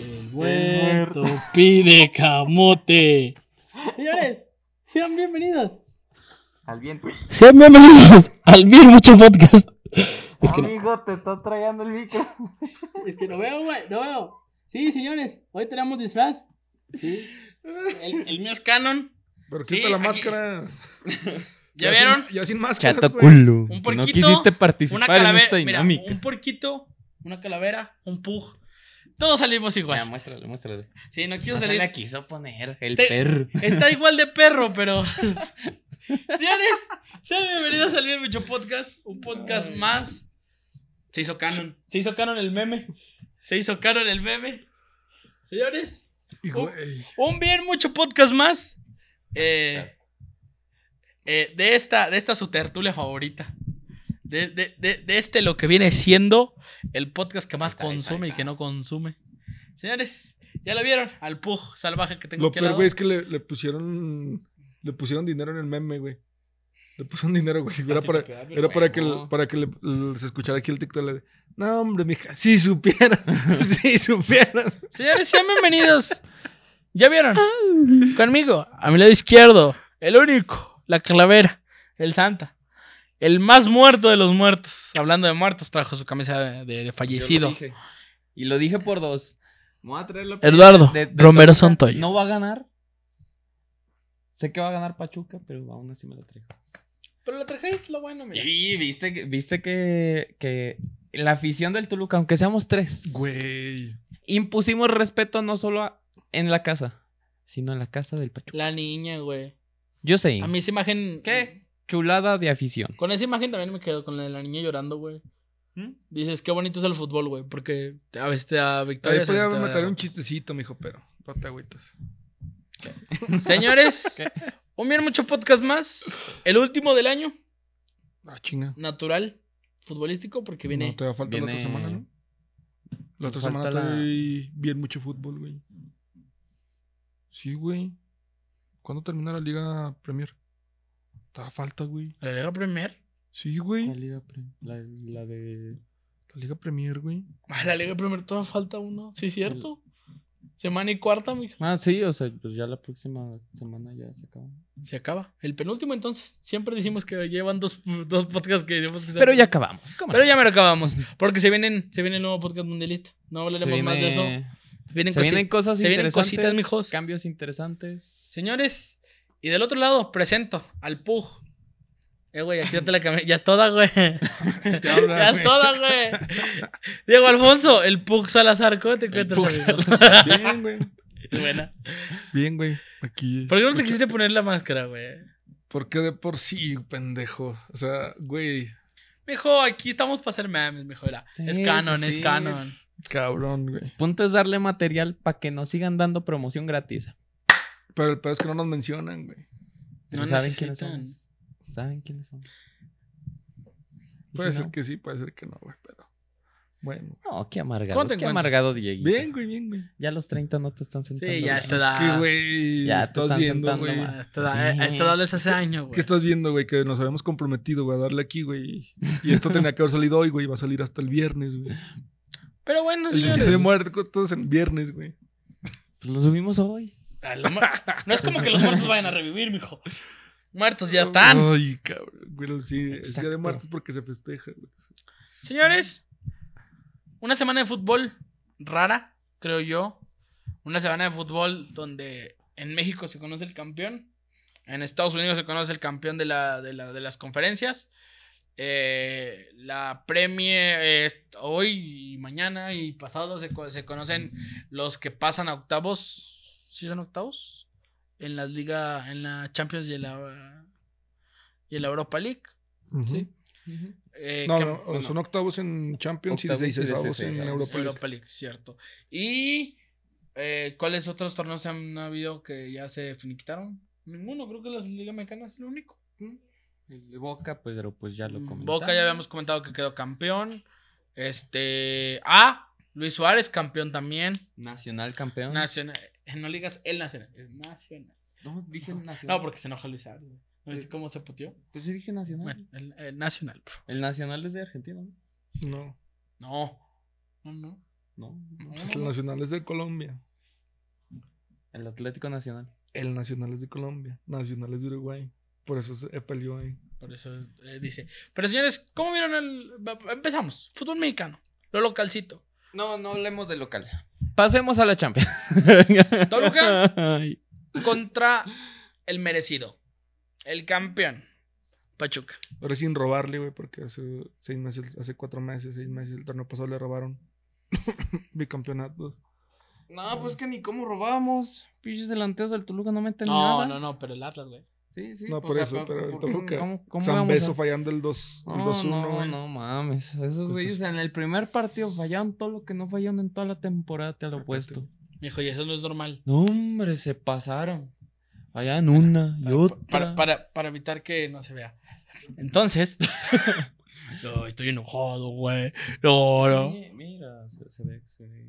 Eh, cierto. Pide camote. Señores, sean bienvenidos. Al viento. Sean bienvenidos al Bien Mucho Podcast. Es que no, Amigo, te está tragando el micro. es que no veo, güey, no veo. Sí, señores, hoy tenemos disfraz. Sí. El, el mío es Canon. Pero Sí, quita la aquí- máscara. ¿Ya sin- vieron? ya sin máscara. Chato culo. Un no puerquito, quisiste Una participar en esta calavera. Mira, dinámica. un porquito, una calavera, un pug. Todos salimos Ya, igual. muéstrale, muéstrale. Sí, no quiero No se salir. la quiso poner el Te- perro. Está igual de perro, pero. Señores, sean bienvenidos al Bien Mucho Podcast. Un podcast más. Se hizo canon. Se hizo canon el meme. Se hizo canon el meme. Señores, Y, güey, un Bien Mucho Podcast más. eh, eh, de, esta, de esta su tertulia favorita. De, de- de- de este lo que viene siendo el podcast que más Ahí está, ahí está, consume ahí y que está. no consume. Señores, ya la vieron al pug salvaje que tengo Lo aquí al peor, lado. güey, es que le, le pusieron. Le pusieron dinero en el meme, güey. Le pusieron dinero, güey. Era para, era para que, bueno. el- para que le- le- se escuchara aquí el TikTok. le- No, hombre, mija. Si supieras. si supieras. Señores, sean bienvenidos. ¿Ya vieron? Conmigo, a mi lado izquierdo, el único, la calavera, el santa, el más muerto de los muertos. Hablando de muertos, trajo su camisa de, de- de fallecido. Y lo dije por dos. Me voy a traer la Eduardo de- de Romero Toluca. Santoyo. No va a ganar. Sé que va a ganar Pachuca, pero aún así me lo traigo. Pero lo trajiste lo bueno, Y viste que, viste que, que la afición del Toluca, aunque seamos tres, Güey. impusimos respeto no solo a- en la casa, sino en la casa del Pachuca. La niña, güey. Yo sé, A mí esa imagen. ¿Qué? chulada de afición. Con esa imagen también me quedo, con la de la niña llorando, güey. Dices, qué bonito es el fútbol, güey. Porque a veces te da ¿Mm? Ahí victorias. a podía veces te da matar un derrotas. chistecito, mijo, pero no te agüitas. Señores, un bien mucho podcast más. El último del año, Ah, chinga. natural, futbolístico, porque viene. No, te va a faltar la otra viene- semana, ¿no? La otra semana falta la- trae bien mucho fútbol, güey. Sí, güey. ¿Cuándo termina la Liga Premier? Te da falta, güey. ¿La Liga Premier? Sí, güey. La Liga Pre- la- la de La Liga Premier, güey. A Ah, la Liga Premier todavía falta uno. Sí, cierto. Semana y cuarta, mija. Ah, sí, o sea, pues ya la próxima semana ya se acaba. Se acaba. El penúltimo, entonces. Siempre decimos que llevan dos, dos podcasts que decimos que se- Pero ya acabamos. ¿cómo Pero no? ya me lo acabamos. Porque se vienen, se viene el nuevo podcast mundialista. No Se hablaremos más de eso. viene- Vienen se cosi- vienen cosas se vienen interesantes. cositas, mijos. Cambios interesantes. Señores, y del otro lado presento al Pug. Eh, güey, aquí ya te la cambié. Ya es toda, güey. Te habla, ya es güey. toda, güey. Diego Alfonso, el Pug Salazar, ¿cómo te encuentras, Pug amigo? Bien, güey. Buena. Bien, güey. Aquí. ¿Por qué no te quisiste poner la máscara, güey? Porque de por sí, pendejo. O sea, güey. Mijo, aquí estamos para hacer memes, mijo. Mira, Sí, es canon, sí, es sí. canon. Cabrón, güey. Punto es darle material para que nos sigan dando promoción gratis. Pero el peor es que no nos mencionan, güey. No No saben quiénes necesitan. son. Saben quiénes son. Y Puede si ser no? que sí, puede ser que no, güey. Pero. Bueno. No, qué amargado. ¿Cómo te qué encuentras? amargado, Dieguito. Bien, güey, bien, güey. Pues Ya los 30 no te están sentando. ya bien. te da- Es que, güey. Ya te Estás están viendo, sentando güey. mal. A esta edad- Sí. eh, a esta edad les hace año, güey. ¿Qué estás viendo, güey? Que nos habíamos comprometido, güey, a darle aquí, güey. Y esto tenía que haber salido hoy, güey. Va a salir hasta el viernes, güey. Pero bueno, El día de señores. muertos en viernes, güey. Pues lo subimos hoy. a lo mu- No es como que los muertos vayan a revivir, mijo. Muertos ya están. Ay, cabrón. Güey, sí, es día de Exacto. muertos porque se festeja, güey. Señores, una semana de fútbol rara, creo yo. Una semana de fútbol donde en México se conoce el campeón, en Estados Unidos se conoce el campeón de, la, de, la- de las conferencias. Eh, la Premier eh, est- hoy y mañana y pasado se, co- se conocen los que pasan a octavos. ¿Sí son octavos? En la Liga, en la Champions y en la, y en la Europa League. Sí. Eh, No, que- no, bueno, son octavos en Champions Octavos y y 16 en dieciseisavos. Europa. League. Europa League, cierto. ¿Y eh, cuáles otros torneos han habido que ya se finiquitaron? Ninguno, creo que las Liga Mexicana es lo único. El de Boca, pues, pero pues ya lo comentamos. Mm, Boca ya habíamos comentado que quedó campeón. Este. Ah, Luis Suárez, campeón también. Nacional campeón. Nacional. eh, No ligas el Nacional, es Nacional. no, dije nacional. No, porque se enoja Luis Suárez. güey. ¿No viste cómo se puteó? Pues sí dije nacional. Bueno, el, el Nacional. bro. El nacional es de Argentina, ¿no? No, No. No, no. No. no, el no. Nacional es de Colombia. El Atlético Nacional. El Nacional es de Colombia, Nacional es de Uruguay. Por eso se eh, peleó ahí. Por eso eh, dice. Pero señores, ¿cómo vieron el. va- va- Empezamos. Fútbol mexicano. Lo localcito. No, no hablemos de local. Pasemos a la Champions. Toluca. Ay. Contra el merecido. El campeón. Pachuca. Pero sin robarle, güey, porque hace seis meses, hace cuatro meses, seis meses, el torneo pasado le robaron bicampeonato. No, pues que ni cómo robámos. Pinches delanteos del Toluca no meten No, nada. no, no, pero el Atlas, güey. Sí, sí. No, o por sea, eso, pero el ¿por qué? Toluca. ¿Cómo, cómo San vamos a- Beso fallando el 2-1, No, no, güey. no mames. Esos Pues güeyes estos- en el primer partido fallaron todo lo que no fallaron en toda la temporada, te lo Aparte, opuesto. güey. Me dijo, y eso no es normal. No, hombre, se pasaron. Fallaron una y Para- otra. Para, para- para evitar que no se vea. Entonces. no, estoy enojado, güey. No, no. Sí, Mira, se, se ve. se ve.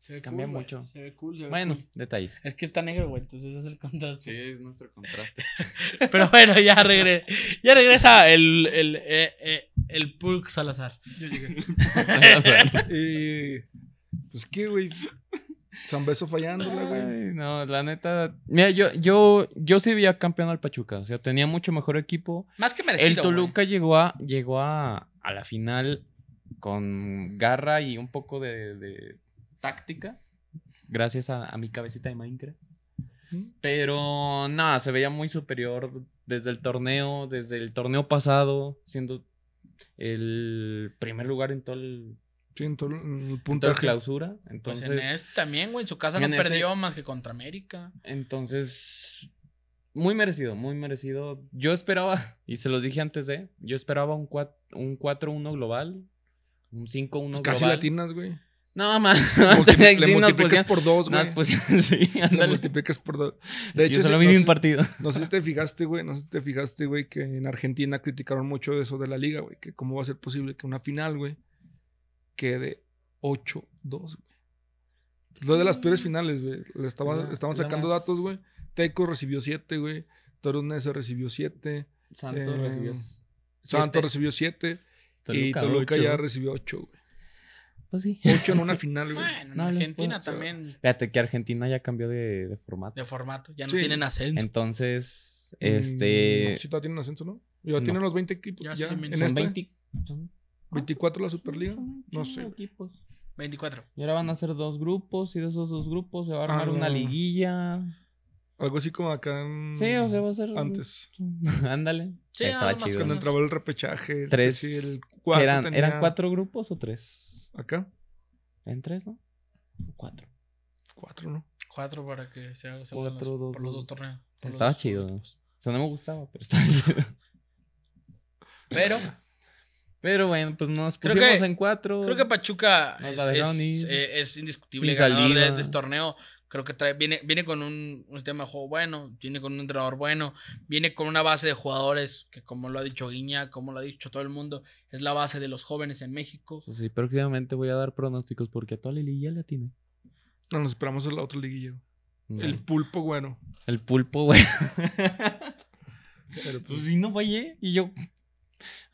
Se ve Cambia güey. mucho. Se ve cool, se ve Bueno, cool. detalles. Es que está negro, güey, entonces ese es el contraste. Sí, es nuestro contraste. Pero bueno, ya, regre- ya regresa el, el, eh, eh, el Pulk Salazar. Yo llegué. Eh, pues qué, güey. San Beso fallándola, güey. Ay, no, la neta. Mira, yo, yo, yo sí veía campeón al Pachuca. O sea, tenía mucho mejor equipo. Más que merecido. El güey. Toluca llegó a, llegó a, a la final con garra y un poco de, de táctica. Gracias a, a mi cabecita de Minecraft. Pero nada, se veía muy superior desde el torneo, desde el torneo pasado, siendo el primer lugar en todo el, Sí, en todo el- en el en toda la puntaje. clausura. Pues Entonces, en este también, güey. En su casa no en este- perdió más que contra América. Entonces, muy merecido, muy merecido. Yo esperaba, y se los dije antes de, yo esperaba un cuat- un 4-1 global, un 5-1 global. Pues Casi latinas, güey. No, más. Multipli- le sí, pues, nos multiplicas pusieron- por dos, nos güey. pusieron- sí, Le ándale. multiplicas por dos. De hecho, yo solo sí, no vi un sé- partido. No sé si te fijaste, güey, no sé si te fijaste, güey, que en Argentina criticaron mucho de eso de la liga, güey, que cómo va a ser posible que una final, güey, quede 8-2, güey. Lo de las peores finales, güey. Le estaban, La- estaban la sacando más- datos, güey. Teco recibió 7, güey. Toros Neza recibió 7. Santos Eh, recibió. Santos siete. recibió 7. Y Toluca ocho. ya recibió 8, güey. Pues sí. 8 en una final, güey. Bueno, en No les Argentina puedo- también Fíjate que Argentina ya cambió de, de formato. de formato. Ya no Sí. tienen ascenso. Entonces, pues, Mm, este. no, sí, todavía tienen ascenso, ¿no? Ya tienen los 20 equipos. Ya Ya, se en eliminaron. son esta, 20. Son 24 la Superliga. son No 21 sé, güey. equipos. 24. Y ahora van a ser dos grupos y de esos dos grupos se va a armar Ah, una no. liguilla. Algo así como acá en... Sí, o sea, va a ser... Mm, Antes. Ándale. Sí, Estaba algo más chido. o Cuando menos. entraba el repechaje. el- Tres. sí, el Que cuarto eran, tenía- ¿Eran cuatro grupos o tres? Acá. En tres, ¿no? O Cuatro. Cuatro, ¿no? Cuatro para que se haga se hagan Cuatro, los- dos, por los dos. dos torneos. por los Estaba dos chido. O grupos. sea, no me gustaba, pero estaba chido. Pero Pero bueno, pues nos Creo pusimos que- en cuatro. creo que Pachuca No la es, dejaron es- ir. eh, es indiscutible Sin ganador de, saliva. de este torneo. Creo que trae, viene, viene con un, un sistema de juego bueno, viene con un entrenador bueno, viene con una base de jugadores que, como lo ha dicho Guiña, como lo ha dicho todo el mundo, es la base de los jóvenes en México. Pues sí, próximamente voy a dar pronósticos porque a toda la liguilla le atiné. No, nos esperamos a la otra liguilla. güey. El El, pulpo, bueno. el pulpo, güey. Pero, pues pues, sí, no fallé. Y yo...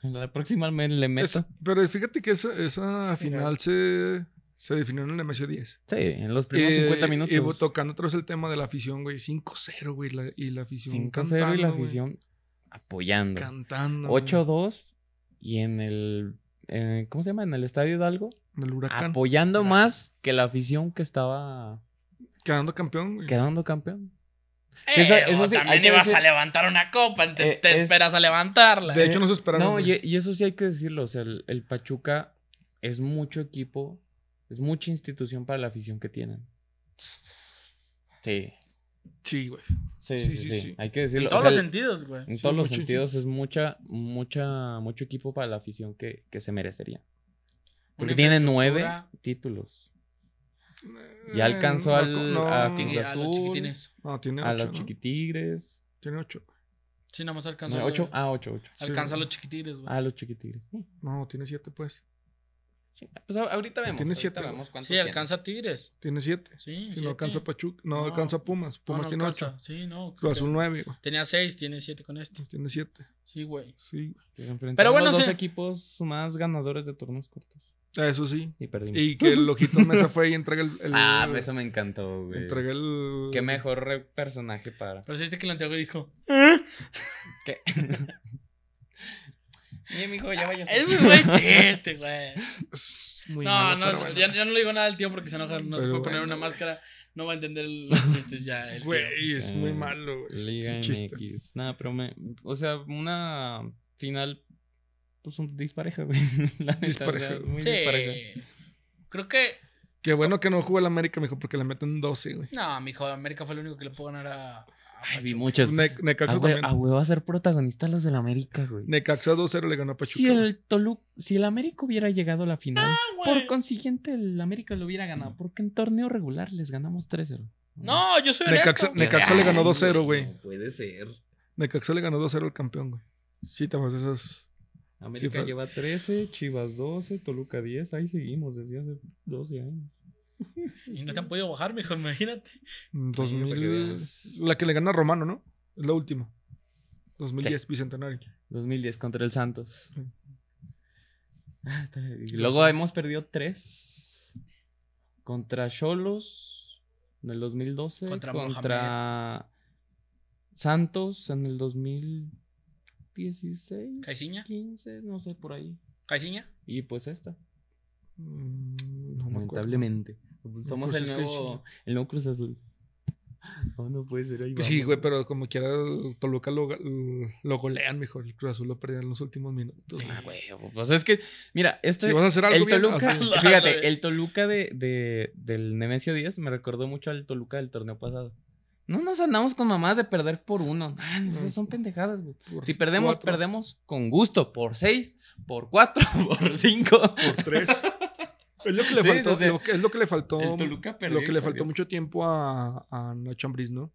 La próxima me le meto. es- pero fíjate que esa, esa final se, se definió en el MSO10. Sí, en los primeros Eh, 50 minutos. Y bo- tocando otra vez el tema de la afición, güey. 5-0, güey. la- y la afición 5-0 cantando. y la güey. afición apoyando. Cantando. güey. 8-2 y en el, en- ¿cómo se llama? En el Estadio Hidalgo. En El huracán. Apoyando más que la afición que estaba Quedando campeón, güey. quedando campeón. Pero Eso- eso sí, Eh, hay también que ibas decir- a levantar una copa, te, Eh, te es- esperas a levantarla. De hecho, nos esperaron. No, güey. y, y eso sí hay que decirlo. O sea, el, el Pachuca es mucho equipo, es mucha institución para la afición que tienen. Sí, Sí, güey. Sí, sí, sí, sí, sí, sí. hay que en decirlo. O todos sea, los sentidos, güey. en Sí, todos los mucho sentidos es mucha, mucha, mucho equipo para la afición que, que se merecería. Porque Una tiene nueve infraestructura títulos. Eh, Ya alcanzó no, al- no, a no, Tigre- chiqui- A los Azul. chiquitines. No, tiene ocho. A los ¿no? chiquitigres. Tiene ocho. Sí, nada más alcanzó. No, a- ¿Ocho? Ah, ocho, ocho. Sí, Alcanza a güey. los chiquitines, güey. Ah, los chiquitigres. Sí. No, tiene siete, pues. Chinga, Pues a- ahorita vemos. Tiene ahorita siete, güey. vemos cuántos Sí, tiene. alcanza a Tigres. Tiene siete. Sí. pues, Si no alcanza siete. Pachuca, no, No. alcanza Pumas. No, no Pumas tiene alcanza. ocho. Sí, no. Cruz Azul nueve, güey. Tenía seis, tiene siete con este. Pues Tiene siete. Sí, güey. Sí, güey. Pero Pero bueno, bueno, los dos sí. equipos más ganadores de torneos cortos. Eso sí. Y perdimos. Y que el ojito mesa fue y entrega el. el- Ah, eso me encantó, güey. Entrega el. Qué mejor re- personaje para. Pero sí viste que lo entregó y dijo. ¿Eh? ¿Qué? Mire, mijo, ya vaya. Es muy buen chiste, güey. Es muy No, malo, no, pero bueno. ya, ya no le digo nada al tío porque se enoja. No se Pero puede poner bueno, una güey. máscara. No va a entender los chistes ya. el tío. Güey, es muy Eh, malo, güey. este Liga chiste. MX. Nada, pero me. O sea, una final. Pues un dispareja, güey. La neta, o sea, Dispareja. muy dispareja. Sí. Creo que. Qué bueno que no jugó el América, mijo, porque le meten 12, güey. No, mijo, América fue el único que le pudo ganar a. a Ay, vi Pachuca. muchas. Ne- Necaxa Ah, güey, también. ah, güey, va a ser protagonista los del América, güey. Necaxa 2-0 le ganó a Pachuca. Ah, Si güey. el Toluca, si el América hubiera llegado a la final, Ah, güey. por consiguiente el América lo hubiera Mm. ganado, porque en torneo regular les ganamos 3-0. No, yo soy Necaxa, honesto. Necaxa le ganó 2-0, güey. No puede ser. Necaxa le ganó 2-0 al campeón, güey. Sí, te vas a esas. América fue- lleva 13, Chivas 12, Toluca 10, ahí seguimos desde hace 12 años. Y no te han podido bajar, mijo, imagínate. mm, para que 2000. veas. La que le gana a Romano, ¿no? Es la última. 2010, bicentenario. 2010 contra el Santos. Sí. Ah, está- y Luego hemos perdido 3 contra Cholos en el 2012, Contra contra, Santos en el 2016, ¿Caiciña? 15, no sé por ahí. ¿Caiciña? Y pues esta, Mm, No me acuerdo. lamentablemente. Somos Cruz el Azul, nuevo, el nuevo Cruz Azul. No, Ah, no puede ser ahí. Pues sí, vamos. güey, pero como quiera, el Toluca lo, ga- lo golean, mijo. El Cruz Azul lo perdió en los últimos minutos. Ah, güey. güey, pues es que, mira, este, Si vas a hacer algo el bien, Toluca, hazlo. hazlo, fíjate, güey. el Toluca de, de- del Nemesio Díaz me recordó mucho al Toluca del torneo pasado. No nos andamos con mamás de perder por uno. Ah, esas son pendejadas, güey. Por Si perdemos, cuatro, perdemos con gusto, por seis, por cuatro, por cinco. Por tres. Es lo que le Sí, faltó. entonces, lo que- es lo que le faltó. El Toluca perdió. Lo que le faltó perdió. mucho tiempo a, a Nacho Ambriz, ¿no?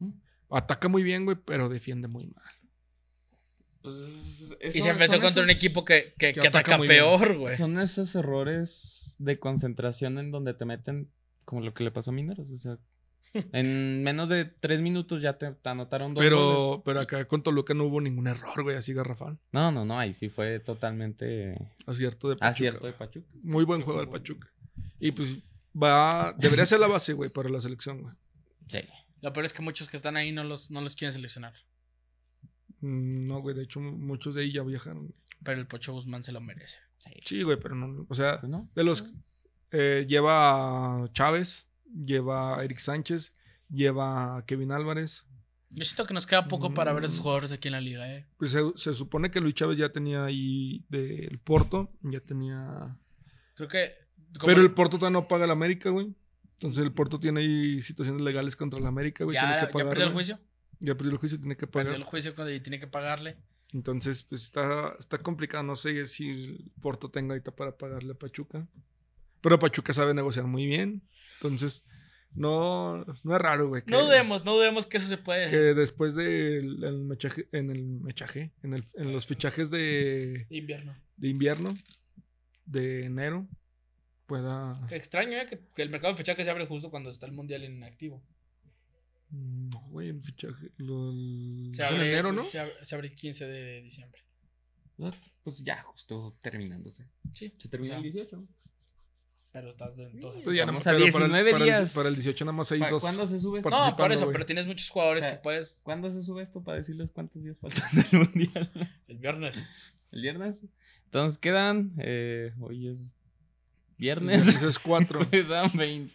¿Mm? Ataca muy bien, güey, pero defiende muy mal. Pues, y esos- se enfrentó son contra un esos- equipo que, que, que que ataca ataca, muy bien. peor, güey. Son esos errores de concentración en donde te meten como lo que le pasó a Mineros. O sea, en menos de tres minutos ya te, te anotaron dos goles. Pero, pero acá con Toluca no hubo ningún error, güey, así garrafal. No, no, no, ahí sí fue totalmente Acierto de Pachuca. acierto de güey. Pachuca. Muy buen juego del Pachuca. Y pues va. Debería ser la base, güey, para la selección, güey. Sí. Lo peor es que muchos que están ahí no los, no los quieren seleccionar. Mm, No, güey, de hecho, mu- muchos de ahí ya viajaron. güey. Pero el Pocho Guzmán se lo merece. Sí, güey, pero no. O sea, Pues no. de los. eh, lleva a Chávez, lleva a Eric Sánchez, lleva a Kevin Álvarez. Yo siento que nos queda poco para ver a esos Mm. jugadores aquí en la liga, eh. Pues se, se supone que Luis Chávez ya tenía ahí del Porto, ya tenía. Creo que. como- Pero el Porto todavía no paga el América, güey. Entonces el Porto tiene ahí situaciones legales contra el América, güey. tiene ya, que ya pagar, perdió el güey. juicio. Ya perdió el juicio, tiene que pagar. Perdió el juicio cuando y tiene que pagarle. Entonces, pues está, está complicado. No sé si el Porto tenga ahorita para pagarle a Pachuca. Pero Pachuca sabe negociar muy bien. Entonces, no, no es raro, güey. que- No dudemos, no dudemos que eso se puede. Que después del el mechaje- en el mechaje, en, el- en los fichajes de, de invierno. de invierno, de enero, pueda... Qué extraño, eh, que, que el mercado de fichajes se abre justo cuando está el mundial en activo. No, güey, el fichaje... lo- el- Se es en abre, enero, ¿no? se, abre, se abre el 15 de diciembre. No, Pues ya, justo terminándose. Sí. Se terminó o sea, el 18. pero estás de entonces. Pues ya no- Vamos a pero para el- 19 para el, días. para el 18 nada más hay Pa- dos. ¿Cuándo se sube esto? participando, no, por eso, güey. pero tienes muchos jugadores O sea, que puedes. ¿Cuándo se sube esto para decirles cuántos días faltan del mundial? El viernes. ¿El viernes? Entonces quedan. eh, hoy es viernes. Entonces es 4, Quedan 20.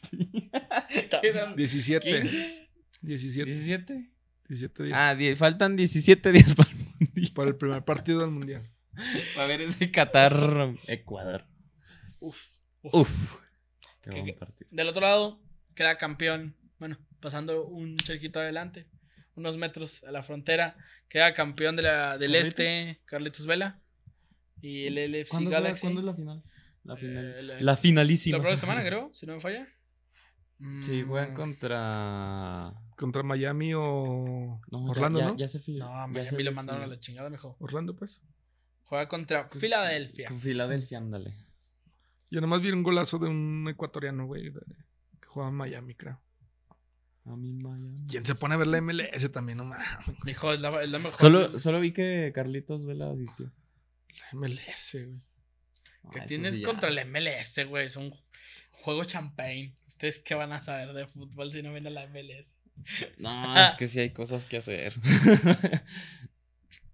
Quedan 17, 15, 17, 17. 17 días. Ah, die- faltan 17 días para, Para el primer partido del mundial. para ver ese Qatar Ecuador. Uf. uf. Uf. Qué Que- buen que- partido. Del otro lado, queda campeón. Bueno, pasando un cerquito adelante, unos metros a la frontera, queda campeón de la, del ¿Carlitos? este, Carlitos Vela. Y el LFC ¿Cuándo, es la- Galaxy. cuándo es la final? La final. Eh, la- la finalísima. La próxima semana, creo, si no me falla. Sí, Mm, juegan contra. Contra Miami o No, ya- Orlando, ya, ¿no? Ya se fil- No, a ya se Miami lo mandaron a fil- la chingada, mejor. Orlando, pues. Juega contra Pues, Filadelfia. Con Filadelfia, ándale. Yo nomás vi un golazo de un ecuatoriano, güey, de- que jugaba en Miami, creo. A mí Miami. ¿Quién se pone a ver la MLS también? No mames, Mijo, es la, es la mejor. Solo, solo vi que Carlitos Vela asistió. la MLS, güey. Que Ah, eso tienes sí ya. contra el MLS, güey. Es un juego champagne. ¿Ustedes qué van a saber de fútbol si no ven a la MLS? No, es que sí hay cosas que hacer.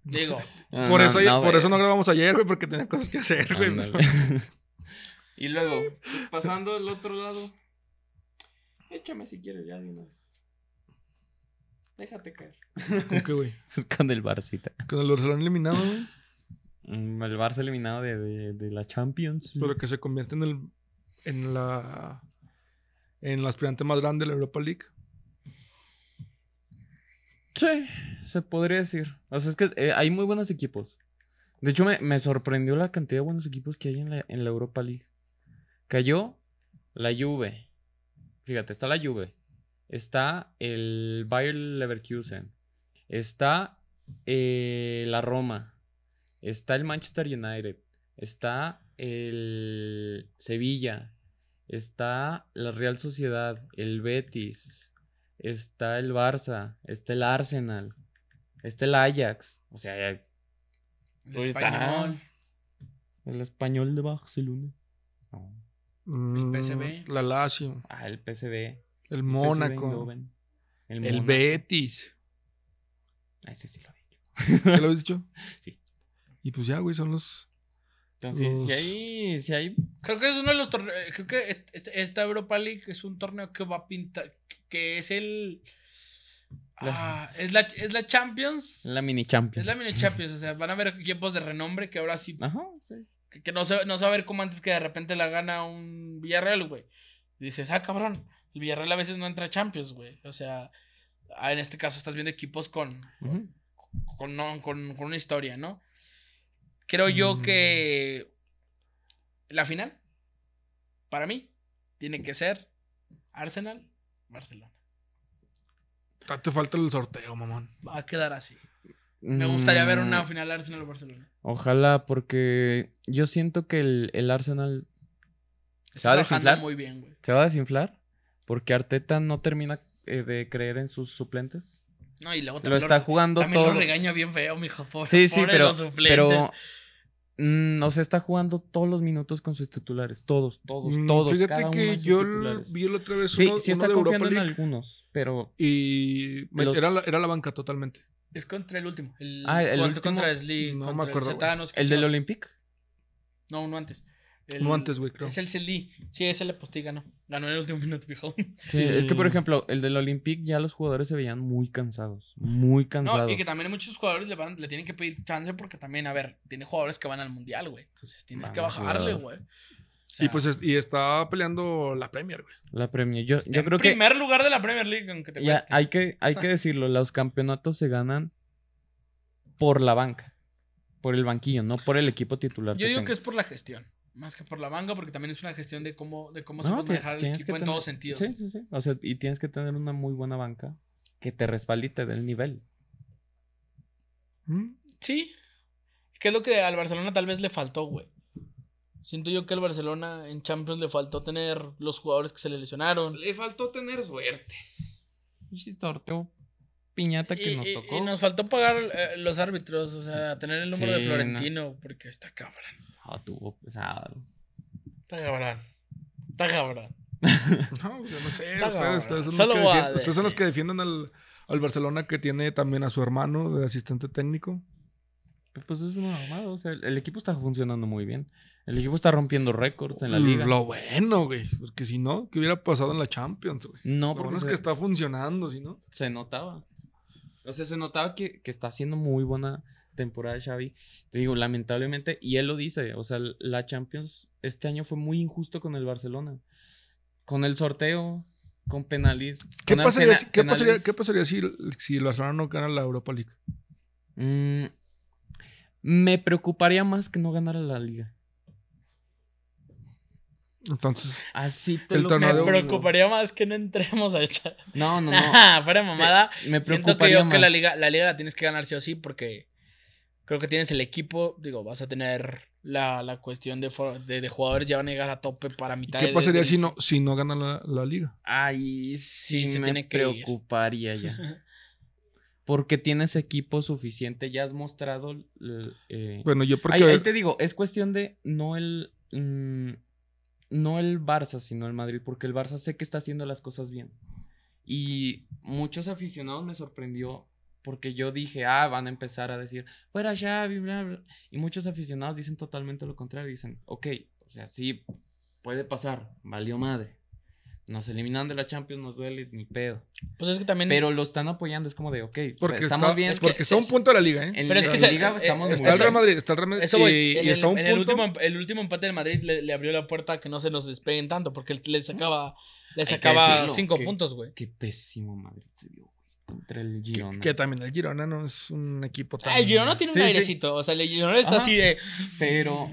Digo, Ah, Por, eso, por güey. eso no grabamos ayer, güey, porque tenía cosas que hacer, güey. Ándale. Y luego, pues, pasando al otro lado. Échame si quieres ya de una vez. Déjate caer. ¿Con qué, güey? Es con el Barcita. Con el Barcelona eliminado, güey. Mm, El Barça eliminado de, de- de la Champions. Pero que se convierte en el. En la. En la aspirante más grande de la Europa League. Sí, se podría decir. O sea, es que eh, hay muy buenos equipos. De hecho, me, me sorprendió la cantidad de buenos equipos que hay en la, en la Europa League. Cayó la Juve. Fíjate, está la Juve. Está el Bayer Leverkusen. Está eh, la Roma. Está el Manchester United. Está el Sevilla. Está la Real Sociedad. El Betis está el Barça, está el Arsenal, está el Ajax, o sea, el el Ahorita. español. español de Barcelona. No. Mm, PSV. La Lazio. Ah, el PSV. El PSV Mónaco. Eindhoven, El, El Mónaco. Betis. Ah, Ese sí lo vi. ¿Te lo habéis dicho? Sí. Y pues ya, güey, son los. Entonces, Los- si hay, si hay, Creo que es uno de los torneos. Creo que est- est- esta Europa League es un torneo que va a pintar. Que es el. La- Ah, es, la, es la Champions. la mini Es Champions. la mini Champions. O sea, van a ver equipos de renombre que ahora sí. Ajá, sí. Que, que no, se, no se va a ver como antes que de repente la gana un Villarreal, güey. Dices, ah, cabrón. El Villarreal a veces no entra a Champions, güey. O sea, ah, en este caso estás viendo equipos con, Ujú. con, no- con, con una historia, ¿no? Creo yo Mm. que la final, para mí, tiene que ser Arsenal, Barcelona. Ah, Te falta el sorteo, mamón. Va a quedar así. Mm. Me gustaría ver una final Arsenal, Barcelona. Ojalá, porque yo siento que el, el Arsenal Está va a trabajando desinflar? muy bien, güey. se va a desinflar porque Arteta no termina eh, de creer en sus suplentes. No, y luego Lo también está jugando también lo todo. regaña bien feo, mijo. Pobre, Sí, sí, pobre pero, los suplentes. pero mm, o sea, está jugando todos los minutos con sus titulares, todos, todos, Mm, todos. Fíjate cada uno que de sus yo l- titulares. vi la otra vez sí, uno, sí uno está de Europa confiando en League algunos, pero y me- Los- era, la, era la banca totalmente. Es contra el último. El, Ah, el contra, último. contra Sli- No me contra acuerdo, el güey. Zetanos, el del Kios. Olympic, No, uno antes. El- No antes, güey, creo. Es el Celí. Sí, ese le postí ganó. Ganó en el último minuto, mijo. sí, es que por Sí. ejemplo, el del Olympic ya los jugadores se veían muy cansados, muy No, cansados. y que también muchos jugadores le, van, le tienen que pedir chance porque también, a ver, tiene jugadores que van al mundial, güey. Entonces tienes Van que a bajarle, jugar. güey. O y sea, pues es- y está peleando la Premier, güey. La Premier, yo, está yo en creo que primer lugar de la Premier League, aunque te ya cueste. hay que hay que decirlo, los campeonatos se ganan por la banca, por el banquillo, no por el equipo titular. Yo digo que tengas. es por la gestión, más que por la manga, porque también es una gestión de cómo, de cómo se No, puede ti- manejar el tienes equipo que en tener- todos sentidos. Sí, sí, sí. O sea, y tienes que tener una muy buena banca que te respalde y te dé el nivel. ¿Mm? Sí. Que es lo que al Barcelona tal vez le faltó, güey? Siento yo que al Barcelona en Champions le faltó tener los jugadores que se le lesionaron. Le faltó tener suerte. Y sorteo piñata que Y, nos y- tocó. y nos faltó pagar eh, los árbitros, o sea, tener el número de Sí, Florentino, porque está cabrón. Ah, tuvo pesado. Está cabrón. Está cabrón. No, yo no sé. Está Ustedes, ustedes son, Solo los que voy a defienden, ustedes son los decir. que defienden al, al Barcelona que tiene también a su hermano de asistente técnico. Pues es una mamada. O sea, el, el equipo está funcionando muy bien. El equipo está rompiendo récords Pues en la liga. Mm, Lo bueno, güey. Porque si no, ¿qué hubiera pasado en la Champions, güey? No, Lo porque bueno es se, que está funcionando, si no. se notaba. O sea, se notaba que, que está haciendo muy buena temporada Xavi. Te digo, lamentablemente, y él lo dice, o sea, la Champions este año fue muy injusto con el Barcelona. Con el sorteo, con penaliz. ¿Qué con el pasaría, pena- si- qué pasaría- penales. qué pasaría si, si el Barcelona no gana la Europa League? Mm, me preocuparía más que no ganara la liga. Entonces, Así te El lo torneo Me de juro. oro. preocuparía más que no entremos a echar. No, no, no. Nah, fuera de mamada. me Siento que yo preocuparía más. que la liga, la liga la tienes que ganar sí o sí, porque creo que tienes el equipo, digo, vas a tener la, la cuestión de, for- de, de jugadores ya van a llegar a tope para ¿y mitad ¿qué de- pasaría de- si no, si no gana la, la liga? Ay, sí, se me tiene que ir. preocuparía ya. Porque tienes equipo suficiente, ya has mostrado. l- eh, Bueno, yo porque ahí, ahí te digo, es cuestión de no el mm, no el Barça, sino el Madrid, porque el Barça sé que está haciendo las cosas bien. Y muchos aficionados me sorprendió porque yo dije, ah, van a empezar a decir, fuera Xavi, bla, bla. Y muchos aficionados dicen totalmente lo contrario, dicen, ok, o sea, sí, puede pasar, valió madre. Nos eliminan de la Champions, nos duele ni pedo. Pues es que también. Pero lo están apoyando, es como de, ok, Porque Pues, estamos está, bien. es que- porque está a un punto de la liga, ¿eh? en Pero es la que se- liga se- estamos eh, muy está el eso- Real Madrid, está el Real Madrid. Eso voy. y, en el, y está a un en punto. el último, el último empate del Madrid le, le abrió la puerta a que no se los despeguen tanto, porque él le sacaba, le que sacaba decirlo, cinco que- puntos, güey. Qué pésimo Madrid se vio, güey, contra el que- Girona. Que también el Girona no es un equipo tan. Ah, El Girona tiene Sí, un sí. airecito. O sea, el Girona está Ajá. así de. Pero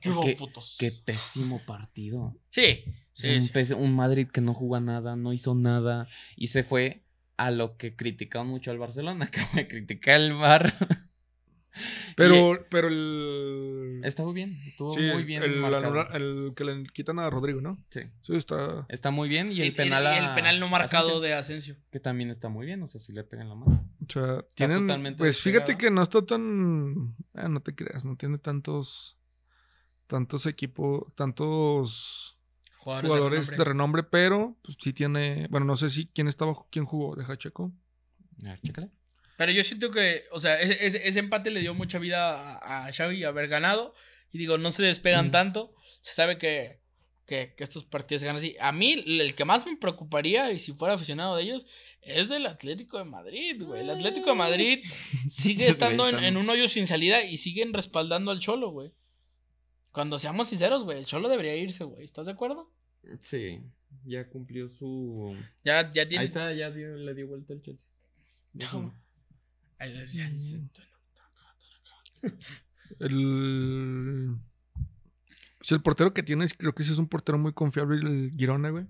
¿Qué hubo, ¿Qué- putos? qué pésimo partido. Sí, sí, un, sí. pes- un Madrid que no jugó a nada, no hizo nada y se fue a lo que criticaban mucho al Barcelona, que me critica el Bar. Pero, pero el. Estuvo bien, estuvo sí, muy bien. El, marcado. anula- el que le quitan a Rodrigo, ¿no? Sí, Sí, está. está muy bien. Y el Y- y- penal, y el a- penal no a marcado Asensio, de Asensio. Que también está muy bien, o sea, si le pegan la mano. O sea, tienen. totalmente Pues fíjate despegado. que no está tan. Ah, no te creas, no tiene tantos. Tantos equipos. Tantos Jugadores, jugadores de de renombre. renombre, pero pues, sí tiene. Bueno, no sé si quién estaba, quién jugó, deja checo. A ver, chécale. Pero yo siento que, o sea, ese, ese- ese empate le dio mucha vida a, a Xavi haber ganado. Y digo, no se despegan Mm. tanto. Se sabe que, que, que estos partidos se ganan así. A mí, el que más me preocuparía, y si fuera aficionado de ellos, es del Atlético de Madrid, güey. El Atlético de Madrid sigue Esos estando en, güeyes en están- un hoyo sin salida y siguen respaldando al Cholo, güey. Cuando seamos sinceros, güey, el Cholo debería irse, güey. ¿Estás de acuerdo? Sí, ya cumplió su. Ya, ya tiene. Ahí está, ya dio- le dio vuelta el Chelsea. No. Ay, ya- El. pues, el portero que tienes, creo que sí es un portero muy confiable, el Girona, güey.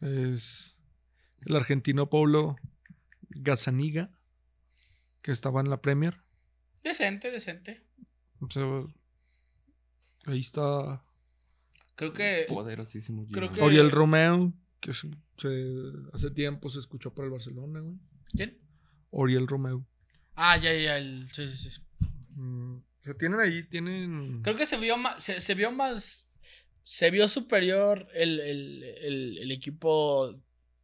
Es el argentino Pablo Gazzaniga, que estaba en la Premier. Decente, decente. O sea, ahí está Creo que. Pues- Poderosísimo. Creo Girona. que- Oriel Romeo, que se- se- hace tiempo se escuchó por el Barcelona, güey. ¿Quién? Oriel Romeo. Ah, ya, ya, el- sí, sí, sí. Mm, o sea, tienen ahí, tienen... Creo que se vio más, se, se vio más, se vio superior el, el, el, el equipo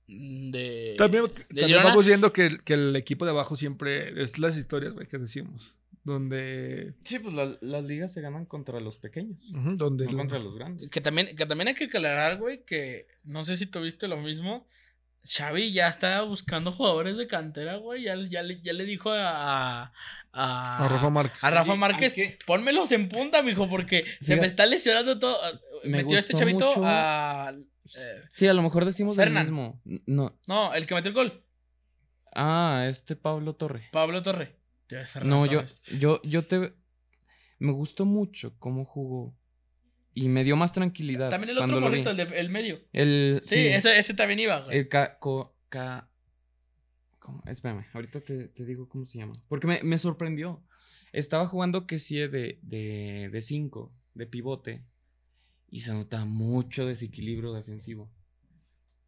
de... También, también Girona. vamos viendo que, el- que el equipo de abajo siempre es las historias güey, que decimos. Donde, Sí, pues la- las ligas se ganan contra los pequeños, ujú, donde no el- contra los grandes. Que también, que también hay que aclarar, güey, que no sé si tuviste lo mismo. Xavi ya está buscando jugadores de cantera, güey. Ya, ya, le, ya le dijo a... A, a Rafa Márquez. a Rafa Sí, Márquez, aunque- pónmelos en punta, mijo, porque se me Mira, está lesionando todo. me metió este gustó chavito mucho- a... eh, Sí, a lo mejor decimos el Fernan. mismo. No. No, el que metió el gol. Ah, este Pablo Torre. Pablo Torre. Te- Ferran No, yo, Torres. yo, yo te. Me gustó mucho cómo jugó. Y me dio más tranquilidad. También el cuando otro lo vi. morrito, el, de- el medio. El. Sí, Ese, ese también iba, güey. El ca, co- ca- ¿cómo? Espérame, ahorita te, te digo cómo se llama. Porque me, me sorprendió. Estaba jugando que sí de 5, de, de, cinco, de pivote. Y se nota mucho desequilibrio defensivo.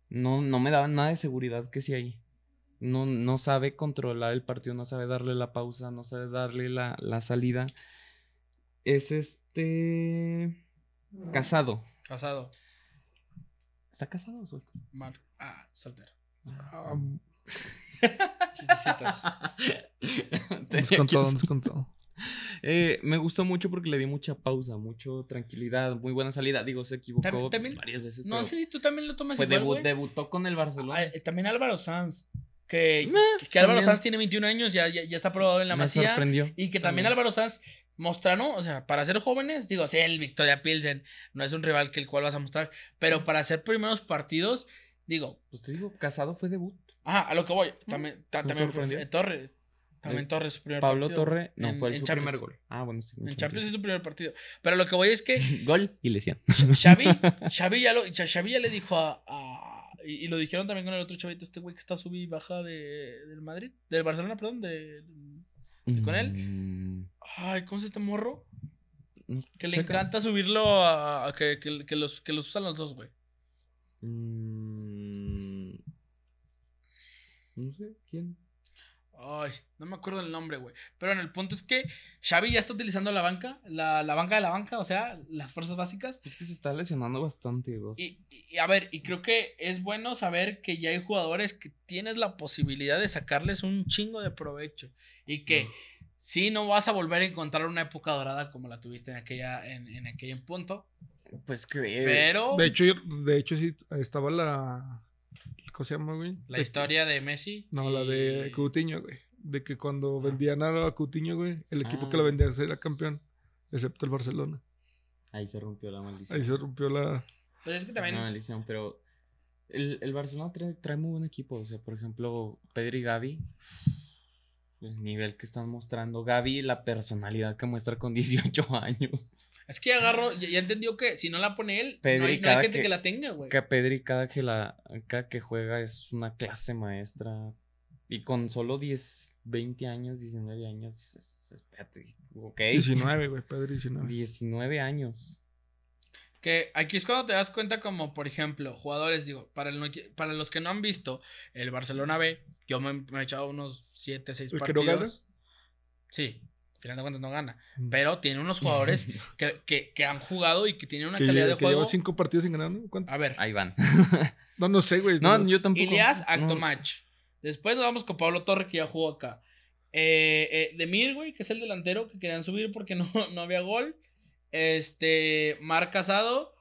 No, no me daba nada de seguridad que sí ahí. No, no sabe controlar el partido, no sabe darle la pausa, no sabe darle la, la salida. Es este. Casado. Casado. ¿Está casado o soltero? Mal. Ah, soltero. Ah, Chistecitos. descontado, descontado. Eh, me gustó mucho porque le di mucha pausa, mucho tranquilidad, muy buena salida. Digo, se equivocó También- también- varias veces. no pero sé si tú también lo tomas fue igual, debu- güey. debutó con el Barcelona. Ah, eh, También Álvaro Sanz. Que, Meh, que Álvaro Eh, también. Sanz tiene 21 años, ya, ya, ya está aprobado en la me Masía. sorprendió. Y que también, Álvaro Sanz mostraron, o sea, para ser jóvenes, digo, sí, el Victoria Pilsen no es un rival que el cual vas a mostrar, pero para hacer primeros partidos, digo, Pues te digo, Casado fue debut. ajá, a lo que voy, también, ta- Me también sorprendió. fue- eh, Torre, también El Torre su primer Pablo partido. Torre no en- fue el en su Champions. primer gol. Ah, bueno, sí. En Champions es su primer partido, pero lo que voy es que Gol y lesión. Xavi, Xavi ya, lo, Xa- Xavi ya le dijo a, a- y, y lo dijeron también con el otro chavito, este güey que está subida y baja de, del Madrid, del Barcelona, perdón, de, con él? Mm, ay, ¿cómo es este morro? no, Que le checa. encanta subirlo a, a que, que- que los, que los usan los dos, güey. Mm, no sé, mm, ¿quién? Ay, no me acuerdo el nombre, güey. Pero en el punto es que Xavi ya está utilizando la banca, la, la banca de la banca, o sea, las fuerzas básicas. Es que se está lesionando bastante, güey. Y, y- a ver, y creo que es bueno saber que ya hay jugadores que tienes la posibilidad de sacarles un chingo de provecho y que sí no vas a volver a encontrar una época dorada como la tuviste en aquella en, en aquel punto, Pues creo. pero Eh, De hecho, yo- de hecho sí estaba la. ¿Cómo se llama, güey? la De- historia de Messi No, la y- de Coutinho, güey. De que cuando vendían a Coutinho, güey, el equipo que Ah. lo vendía era campeón, excepto el Barcelona. Ahí se rompió la maldición. Ahí se rompió la. Pues es que también Una maldición, pero el, el Barcelona trae, trae muy buen equipo. O sea, por ejemplo, Pedri y Gaby. El nivel que están mostrando. Gaby, la personalidad que muestra con 18 años. es que agarro ya, ya entendió que si no la pone él no Pedri, hay, no hay cada gente que, que- la tenga, güey. Que a Pedri, cada que, la, cada que juega, es una clase maestra. Y con solo 10, 20 años, 19 años, dices, espérate, ok. 19, güey, Pedro 19. 19 años. Que aquí es cuando te das cuenta como, por ejemplo, jugadores, digo, para, el no- para los que no han visto el Barcelona B, yo me, me he echado unos 7, 6 ¿El que partidos. no gana? Sí, al final de cuentas no gana. Mm. Pero tiene unos jugadores que, que- que han jugado y que tienen una Que, calidad lle- de que lleva juego. 5 partidos sin ganar, ¿no? ¿Cuántos? A ver, Ahí van. No, no sé, güey. No, no sé. yo tampoco. Ilias no. Actomach. Después nos vamos con Pablo Torre, que ya jugó acá. Eh, eh, Demir, güey, que es el delantero que querían subir porque no, no había gol. Este, Mar Casado,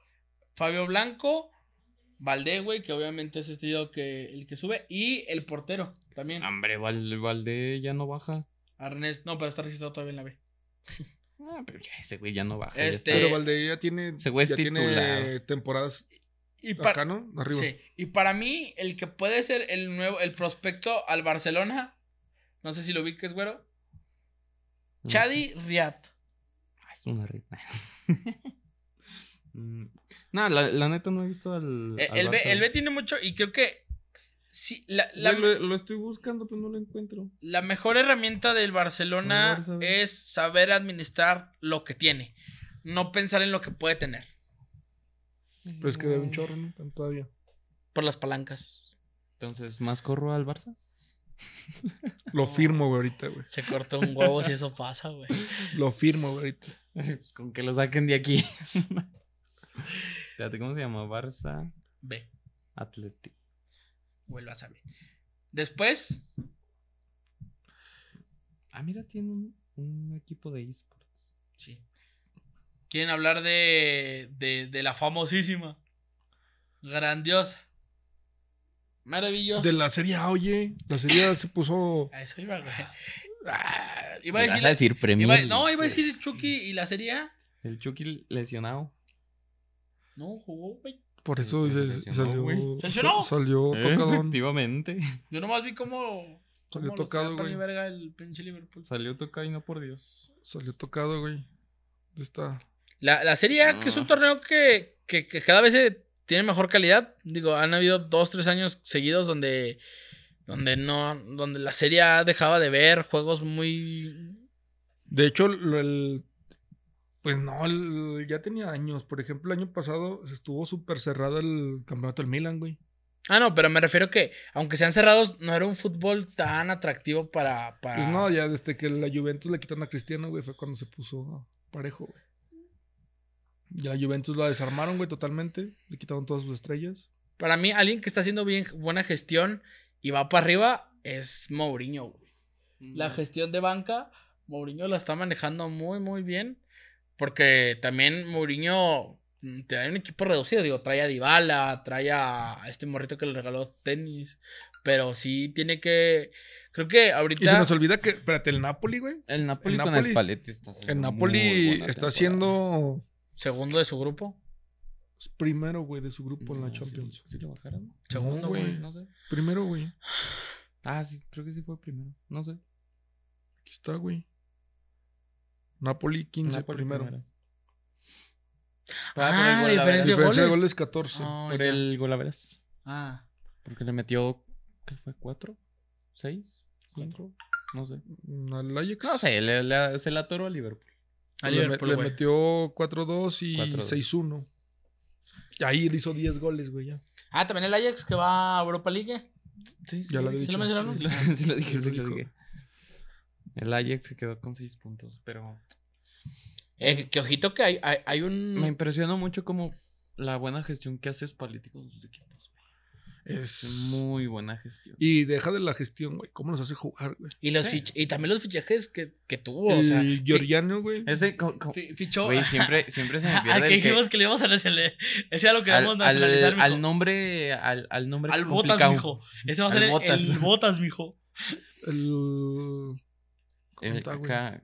Fabio Blanco, Valdé, güey, que obviamente es este tío que, el que sube. Y el portero también. Ah. Hombre, Val- Valdé ya no baja. Arnés, no, pero está registrado todavía en la B. Ah, pero ya ese güey ya no baja. ya Este, Pero Valdez ya tiene. Ese güey es ya tiene titular. temporadas Y pa- acá, ¿no? Arriba. Sí, y para mí, el que puede ser el nuevo, el prospecto al Barcelona, no sé si lo ubiques, güero. está. Chadi Riat. Ah, Es una rita. no, Mm. la, la neta no he visto al. Eh, al El, B, Barça. el B tiene mucho y creo que sí, la, Güey, la, lo, lo estoy buscando, pero no lo encuentro. la mejor herramienta del Barcelona Vamos a ver. es saber administrar lo que tiene, no pensar en lo que puede tener Pero es que de un chorro, ¿no? Tan- Todavía. por las palancas. Entonces, ¿más corro al Barça? Lo firmo, güey, ahorita, güey. Se cortó un huevo si eso pasa, güey. Lo firmo, güey, ahorita. Con que lo saquen de aquí. Espérate, ¿cómo se llama? Barça B, Atlético. vuelvas a B. Después, Ah, mira, tiene un, un equipo de esports. sí. Quieren hablar de, de, de la famosísima, grandiosa, maravillosa. De la serie A, oye. La serie A se puso. A eso iba, güey. Ah, iba a decir Vas a decir Premier Iba- League. no, iba a decir Chucky y la Serie A. El Chucky lesionado. No, jugó, güey. Por eso Sí, pero se- se lesionó, ¿Eh? salió. güey. ¿Se lesionó? sa- Oh, Salió tocadón. Efectivamente. Yo nomás vi cómo. Salió cómo lo tocado, estaba poniendo güey. verga el pinche Liverpool. Salió tocado y no por Dios. Salió tocado, güey. Está. La, la Serie A, que es un Ah. torneo que, que- que cada vez se tiene mejor calidad. Digo, han habido dos, tres años seguidos donde. Donde no. Donde la Serie A dejaba de ver juegos muy. De hecho, lo- el. Pues no, el- ya tenía años. Por ejemplo, el año pasado estuvo súper cerrado el campeonato del Milan, güey. Ah, no, pero me refiero que, aunque sean cerrados, no era un fútbol tan atractivo para. para... Pues no, ya desde que la Juventus le quitaron a Cristiano, güey, fue cuando se puso parejo, güey. Ya la Juventus la desarmaron, güey, totalmente. Le quitaron todas sus estrellas. Para mí, alguien que está haciendo bien buena gestión y va para arriba es Mourinho, güey. La gestión de banca, Mourinho la está manejando muy, muy bien. Porque también Mourinho mm, trae un equipo reducido. Digo, trae a Dybala, trae a este morrito que le regaló tenis. Pero sí tiene que. Creo que Y se ahorita. nos olvida que, espérate, el Napoli, güey. El Napoli El con Napoli- Spalletti está haciendo El muy Napoli buena está temporada. siendo Segundo de su grupo. primero, güey, de su grupo en la No, Champions. Si, si Ah, lo bajaron. Segundo, No, güey. güey. No sé. Primero, güey. Ah, sí, creo que sí fue primero. No sé. Aquí está, güey. Napoli 15 Napoli primero. Ah, Ah, por el golaveras. diferencia de Diferencia de goles. goles 14. Ah, Por ya. el golaveras. Ah. Porque le metió. ¿Qué fue? ¿Cuatro? ¿Seis? ¿Cuatro? No sé. Al Ajax. No sé, le- le- se la atoró a Liverpool. A le, Liverpool, le güey. metió 4-2 y 4-2. 6-1. Y ahí le hizo 10 goles, güey, ya. Ah, también el Ajax que va a Europa League. Sí, Ya lo había ¿Sí lo dicho. mencionaron? Sí, lo- sí lo dije, Sí, sí lo lo dijo. dije. El Ajax se quedó con seis puntos, pero Eh, que- que ojito que hay, hay, hay me un... impresionó mucho como la buena gestión que hace Spalletti con sus equipos. Es Es... muy buena gestión. Y deja de la gestión, güey. ¿Cómo nos hace jugar, güey? Y, los Sí. fich- y también los fichajes que, que tuvo, o sea... el fi- Georgiano, güey. Ese, co- co- fi- fichó... güey, siempre, siempre se me al pierde que el que- dijimos que le íbamos a nacionalizar. Ese ya lo al, queremos al- nacionalizar, mijo. al nombre, al, al nombre Al Botas, complicado. mijo. Ese va a Al ser el- Botas. el Botas, mijo. El... El Conta, güey. Eh, ca-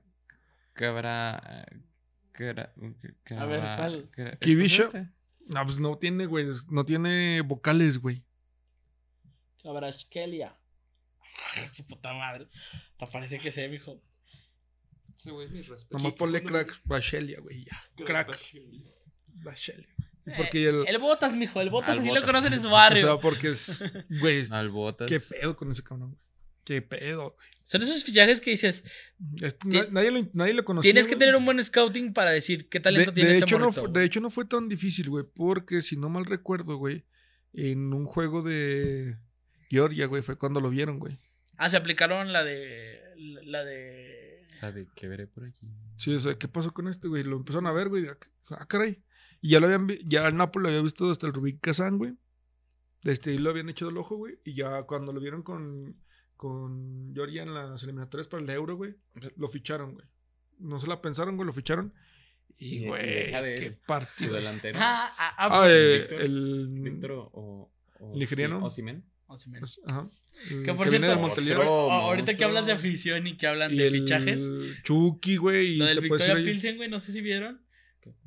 cabra- A cabra- ver, cabra- ¿cuál? cabra- ¿es Kivisho. este? No, pues no tiene, güey. No tiene vocales, güey. Cabrasquelia. Su puta madre. Te parece que sé, mijo. Ese güey, mis respetos. Nomás ¿Qué- ponle qué- crack Bachelia, güey. Ya. qué- Crack Bachelia. Y Porque el... El Botas, mijo. El Botas Al así lo Botas. conocen en su O barrio. sea, porque es... Güey, es- No, el Botas. qué pedo con ese cabrón, güey. Qué pedo. Son esos fichajes que dices, Este, Ti- na- nadie, lo, nadie lo conocía. tienes que güey. tener un buen scouting para decir qué talento de, tiene de este hecho, no morrito, fue, de güey. hecho, no fue tan difícil, güey. Porque si no mal recuerdo, güey, en un juego de Georgia, güey, fue cuando lo vieron, güey. Ah, se aplicaron la de... La de... La de que veré por aquí. Sí, o sea, ¿qué pasó con este, güey? Lo empezaron a ver, güey. de- Ah, caray. Y ya lo habían vi- ya el Napoli lo había visto hasta el Rubik Kazan, güey. Desde ahí lo habían hecho del ojo, güey. Y ya cuando lo vieron con, con Georgia en las eliminatorias para el Euro, güey, lo ficharon, güey. No se la pensaron, güey, lo ficharon. Y- Y, y güey, deja de- qué Su partido. delantero. Ah, ah, ah, Ah, pues, eh, Víctor- el... Víctor o- o. o ¿El nigeriano? Sí, Osimhen. Osimhen. Pues, ajá. El Que por viene cierto, de Monterrey, Otro ahor- ahorita monstruo. que hablas de afición y que hablan y de el fichajes, Chucky, güey. y lo del te puedes Victoria ir ahí. Pilsen, güey, no sé si vieron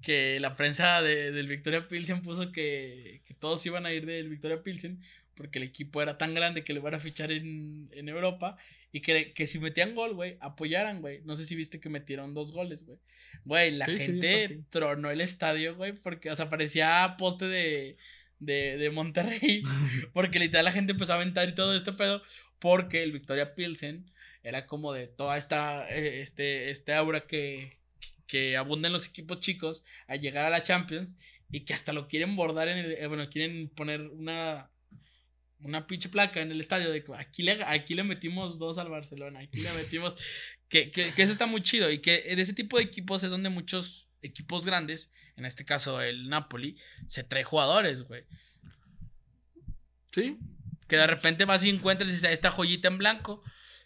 que la prensa de- del Victoria Pilsen puso que, que todos iban a ir del Victoria Pilsen porque el equipo era tan grande que le iban a fichar en, en Europa y que, que si metían gol, güey, apoyaran, güey. No sé si viste que metieron dos goles, güey. Güey, la Sí, sí, vi el gente partido. tronó el estadio, güey, porque, o sea, parecía poste de, de, de Monterrey, porque literal la gente empezó a aventar y todo este pedo porque el Victoria Pilsen era como de toda esta eh, este este aura que que abunda en los equipos chicos al llegar a la Champions y que hasta lo quieren bordar en el eh, bueno quieren poner una una pinche placa en el estadio de que aquí le aquí le metimos dos al Barcelona aquí le metimos que, que, que eso está muy chido y que de ese tipo de equipos es donde muchos equipos grandes en este caso el Napoli se trae jugadores güey Sí, que de repente vas y encuentras y dices, esta joyita en blanco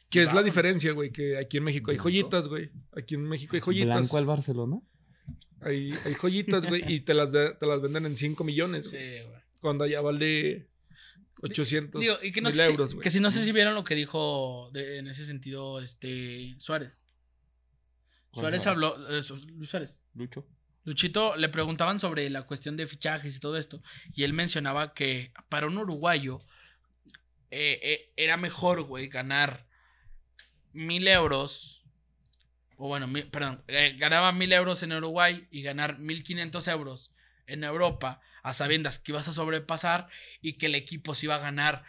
que es la Vámonos. diferencia, güey. Que aquí en México hay joyitas, güey. Aquí en México hay joyitas. ¿Blanco al Barcelona? Hay, hay joyitas, güey. Y te las, da- te las venden en 5 millones. güey, Sí, güey. Cuando allá vale 800 Digo, y que no, mil sé, si- euros, güey. que si no sé si vieron lo que dijo de- en ese sentido este Suárez. ¿Cuál Suárez Suárez? habló, eh, Su- Luis Suárez. Lucho. Luchito le preguntaban sobre la cuestión de fichajes y todo esto, y él mencionaba que para un uruguayo eh, eh, era mejor, güey, ganar mil euros, o bueno, mil- perdón, eh, ganaba mil euros en Uruguay y ganar mil quinientos euros en Europa a sabiendas que ibas a sobrepasar y que el equipo se iba a ganar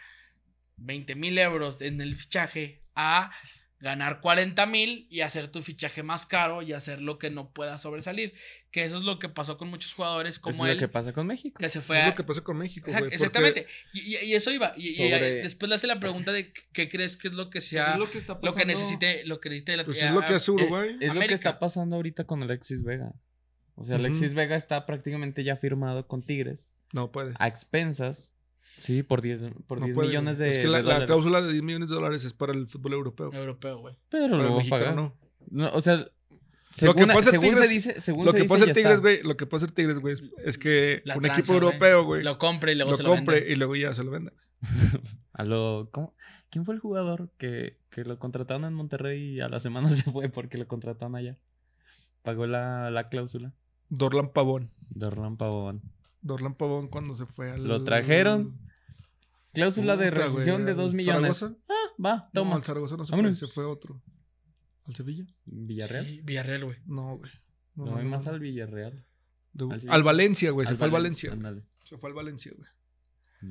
veinte mil euros en el fichaje a ganar 40 mil y hacer tu fichaje más caro y hacer lo que no pueda sobresalir. Que eso es lo que pasó con muchos jugadores Eso como es él, lo que que, pasa con México. se fue Es a- lo que pasa con México, Exact- güey. porque exactamente. Y, y- y eso iba. Y, y- Sobre- y después le hace la pregunta de qué- qué crees que es lo que sea, es lo, lo que está que pasando. necesite, lo que necesite la Pues es lo que Eh, hace Uruguay. Es lo América. que está pasando ahorita con Alexis Vega. O sea, Alexis Ujú. Vega está prácticamente ya firmado con Tigres. No puede. A expensas. Sí, por 10, Ah, por no 10 puede, millones de, güey. Es que de la, la dólares. cláusula de 10 millones de dólares es para el fútbol europeo. europeo, güey. Pero Para lo el va a pagar. mexicano no. No, o sea, según, que pasa en según Tigres- se dice, según Lo se que dice, pasa ya en está. Tigres, güey, lo que pasa en Tigres, güey, es, es que La un tranza, equipo güey. europeo, güey, lo, Lo compre y luego se lo compre vende. y luego ya se lo vende. A lo, ¿cómo? ¿Quién fue el jugador que, que lo contrataron en Monterrey y a la semana se fue porque lo contrataron allá? Pagó la, la cláusula. Dorlan Pavón. Dorlan Pavón. Dorlan Pavón cuando se fue al... Lo trajeron. Cláusula de Puta, güey, rescisión de al 2 millones. Zaragoza. Va, No, toma. al Zaragoza no se Vámonos. fue, se fue a otro. ¿Al Sevilla? Villarreal. Sí, Villarreal, güey. No, güey. No, No, no, hay no, más no. al Villarreal. De- al Sevilla. al Valencia, güey, se fue al Valen- Valencia. güey. ándale. Se fue al Valencia, güey.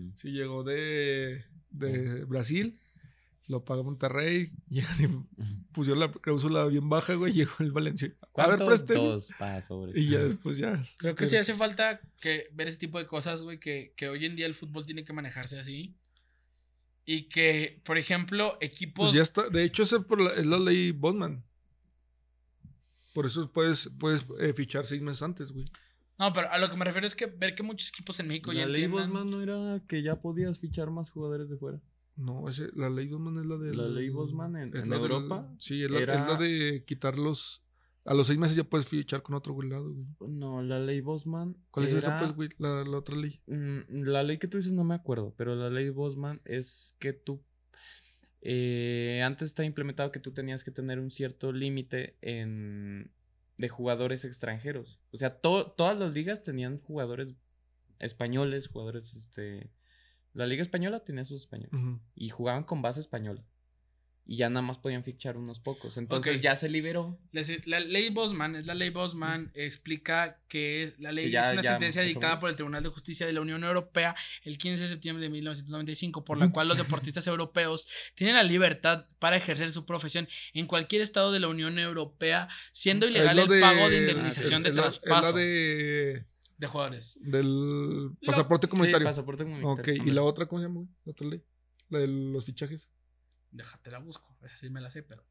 Mm. Sí, llegó de, de Brasil, lo pagó Monterrey, llegan y pusieron la cláusula bien baja, güey, llegó el Valencia. A ver, ¿Cuánto? preste. Dos pa, sobre. Y ya después ya. Creo que Pero- sí hace falta que ver ese tipo de cosas, güey, que, que hoy en día el fútbol tiene que manejarse así. Y que, por ejemplo, equipos. Pues ya está. De hecho, esa es por la- es la ley Bondman. Por eso puedes, puedes eh, fichar seis meses antes, güey. No, pero a lo que me refiero es que ver que muchos equipos en México La ya ley tienen. Bosman no era que ya podías fichar más jugadores de fuera. No, ese- la ley Bosman es la de... La ley Bosman en- en Europa sí, es la, es era- la de quitar los... A los seis meses ya puedes fichar con otro güey, lado, güey. No, la ley Bosman. ¿Cuál es esa, era- pues, güey? La, la otra ley. Mm, La ley que tú dices no me acuerdo, pero la ley Bosman es que tú... eh, antes está implementado que tú tenías que tener un cierto límite en de jugadores extranjeros. O sea, to- todas las ligas tenían jugadores españoles, jugadores, este... La liga española tenía sus españoles. Ujú. Y jugaban con base española. Y ya nada más podían fichar unos pocos. Entonces Ok. ya se liberó. Les- La ley Bosman es la ley Bosman, explica que es, la ley Que ya- es una ya, sentencia eso dictada voy. por el Tribunal de Justicia de la Unión Europea el 15 de septiembre de 1995, por la cual los deportistas europeos tienen la libertad para ejercer su profesión en cualquier estado de la Unión Europea, siendo ilegal Es la el pago de de- ah, indemnización de es la- Es traspaso la de... de jugadores. Del pasaporte Sí, comunitario. pasaporte comunitario. ok, ¿y la otra cómo se llama, güey? La otra ley. La de los fichajes. Déjate la busco, esa sí me la sé, pero.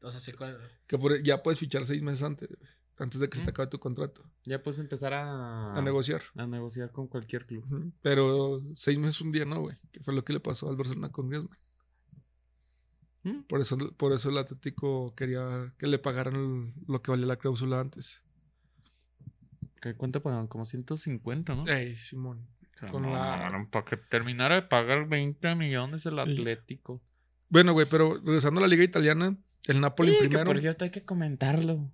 O sea, sé cuál- Que por- ya puedes fichar seis meses antes, güey, Antes de que se te Ujú. acabe tu contrato. Ya puedes empezar a... A negociar. a negociar con cualquier club. Ujú. Pero seis meses un día no, güey. Que fue lo que le pasó al Barcelona con Griezmann. ¿Mm? Por eso, por eso el Atlético quería que le pagaran el- lo que valía la cláusula antes. ¿Qué cuánto pagaban? pues, Como 150, ¿no? Ey, Simón. O sea, Eh, con no, la- mames, Para que terminara de pagar 20 millones el Y- Atlético. Bueno, güey, pero regresando a la liga italiana, el Napoli Sí, que primero. por cierto, hay que comentarlo.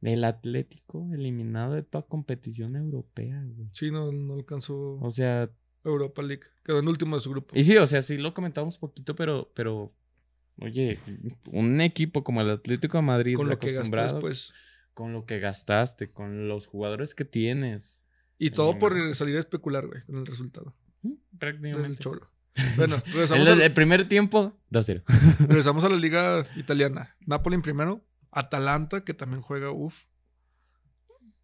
El Atlético eliminado de toda competición europea, güey. Sí, no, no alcanzó O sea, Europa League. Quedó en último de su grupo. Oh. y sí, o sea, sí lo comentamos poquito, pero, pero, oye, un equipo como el Atlético de Madrid, con lo que pues. gastó acostumbrado después. con lo que gastaste, con los jugadores que tienes, Y todo Mm. por salir a especular, güey, con el resultado ¿Mm? del prácticamente. cholo. Bueno, El, regresamos, a, el primer tiempo, 2-0. regresamos a la liga italiana. Napoli en primero, Atalanta, que también juega, uff.